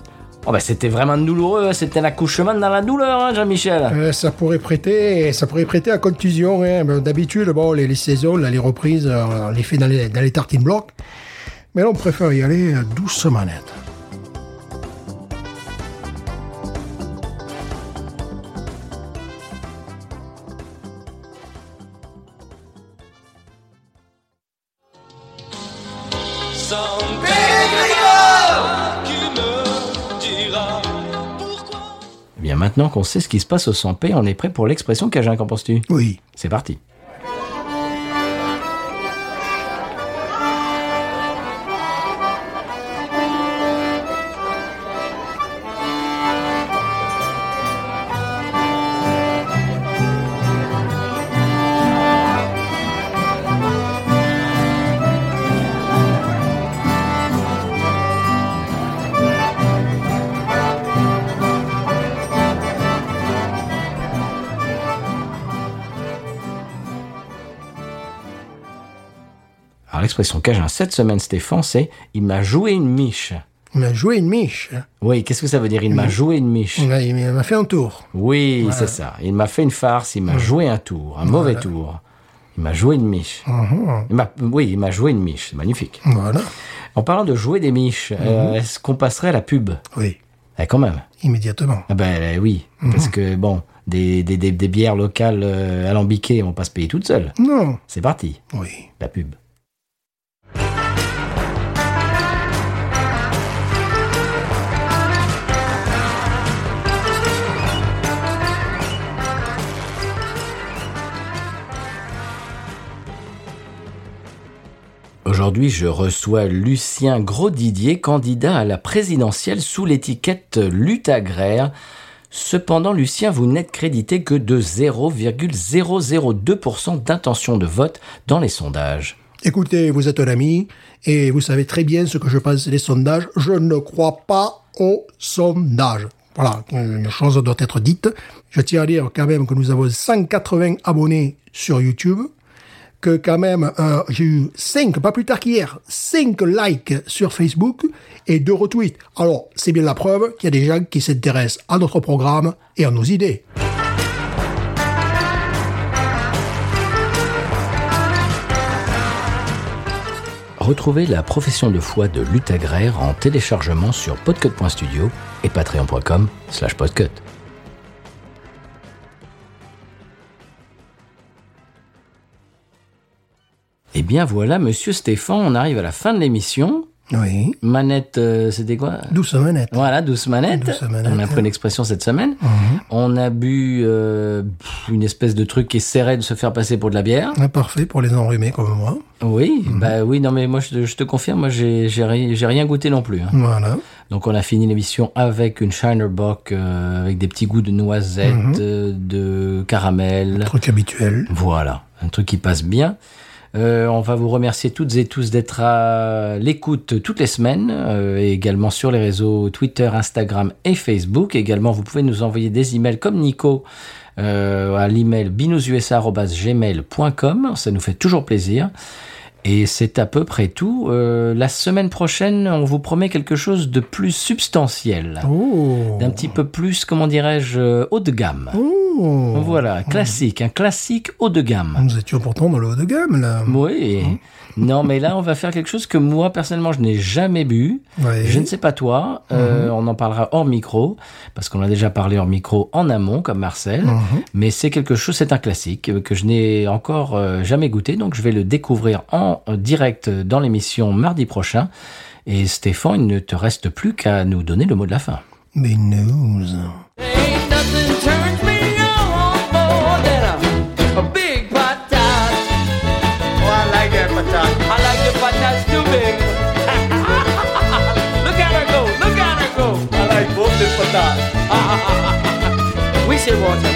Speaker 1: Oh ben c'était vraiment douloureux, hein. c'était un accouchement dans la douleur, hein, Jean-Michel.
Speaker 2: Euh, ça pourrait prêter, ça pourrait prêter à contusion. hein. Ben, D'habitude, bon, les, les saisons, là, les reprises, euh, on les fait dans les, dans les tartines blocs. Mais là, on préfère y aller euh, doucement net.
Speaker 3: Sans Grégoire,
Speaker 1: Eh bien, maintenant qu'on sait ce qui se passe au 100p, on est prêt pour l'expression Cajun, qu'en penses-tu
Speaker 2: Oui.
Speaker 1: C'est parti. Alors l'expression Cajun cette semaine, Stéphane, c'est il m'a joué une miche.
Speaker 2: Il m'a joué une miche.
Speaker 1: Oui, qu'est-ce que ça veut dire Il m'a joué une miche.
Speaker 2: Il m'a- il m'a fait un tour.
Speaker 1: Oui, c'est ça. Il m'a fait une farce, il m'a joué un tour, un mauvais tour. Il m'a joué une miche. Il m'a- oui, il m'a joué une miche, c'est magnifique.
Speaker 2: Voilà.
Speaker 1: En parlant de jouer des miches, euh, est-ce qu'on passerait à la pub
Speaker 2: Oui.
Speaker 1: Eh, Quand même.
Speaker 2: Immédiatement.
Speaker 1: Ah ben euh, oui, parce que bon, des, des, des- des bières locales euh, alambiquées, on va pas se payer toute seule.
Speaker 2: Non.
Speaker 1: C'est parti,
Speaker 2: Oui.
Speaker 1: la pub. Aujourd'hui, je reçois Lucien Grosdidier, candidat à la présidentielle sous l'étiquette lutte agraire. Cependant, Lucien, vous n'êtes crédité que de 0,002% d'intention de vote dans les sondages.
Speaker 2: Écoutez, vous êtes un ami et vous savez très bien ce que je pense des sondages. Je ne crois pas aux sondages. Voilà, une chose doit être dite. Je tiens à dire quand même que nous avons 180 abonnés sur YouTube, que quand même euh, j'ai eu 5, pas plus tard qu'hier, 5 likes sur Facebook et 2 retweets. Alors, c'est bien la preuve qu'il y a des gens qui s'intéressent à notre programme et à nos idées.
Speaker 1: Retrouvez la profession de foi de lutte agraire en téléchargement sur podcut.studio et patreon.com slash podcut. Eh bien voilà, monsieur Stéphane, on arrive à la fin de l'émission.
Speaker 2: Oui.
Speaker 1: Manette, euh, c'était quoi
Speaker 2: Douce manette.
Speaker 1: Voilà, douce manette.
Speaker 2: Douce manette. Mhm.
Speaker 1: On a pris l'expression cette semaine. On a bu euh, pff, une espèce de truc qui essaierait de se faire passer pour de la bière.
Speaker 2: Ah, Parfait pour les enrhumés comme moi.
Speaker 1: Oui, bah oui, non mais moi je, te- je te confirme, moi j'ai j'ai ri- j'ai rien goûté non plus. hein.
Speaker 2: Voilà.
Speaker 1: Donc on a fini l'émission avec une Shiner Bock euh, avec des petits goûts de noisettes, euh, de caramel.
Speaker 2: Truc habituel.
Speaker 1: Voilà, un truc qui passe bien. Euh, on va vous remercier toutes et tous d'être à l'écoute toutes les semaines, euh, et également sur les réseaux Twitter, Instagram et Facebook. Également, vous pouvez nous envoyer des emails comme Nico euh, à l'email binoususa@gmail.com. Ça nous fait toujours plaisir. Et c'est à peu près tout. Euh, la semaine prochaine, on vous promet quelque chose de plus substantiel,
Speaker 2: Oh.
Speaker 1: d'un petit peu plus, comment dirais-je, euh, haut de gamme.
Speaker 2: Oh.
Speaker 1: Voilà, classique, un classique haut de gamme.
Speaker 2: Nous étions pourtant dans le haut de gamme, là.
Speaker 1: Oui. Non, mais là, on va faire quelque chose que moi, personnellement, je n'ai jamais bu.
Speaker 2: Ouais.
Speaker 1: Je ne sais pas toi. euh, On en parlera hors micro, parce qu'on a déjà parlé hors micro en amont, comme Marcel. Mais c'est quelque chose, c'est un classique euh, que je n'ai encore euh, jamais goûté. Donc, je vais le découvrir en euh, direct dans l'émission mardi prochain. Et Stéphane, il ne te reste plus qu'à nous donner le mot de la fin.
Speaker 2: Mais news.
Speaker 3: Ain't nothing turns me on more than a, a big patat. Oh, I like that patat. I like the patats too big. look at her go, look at her go. I like both the patats. we should watch her.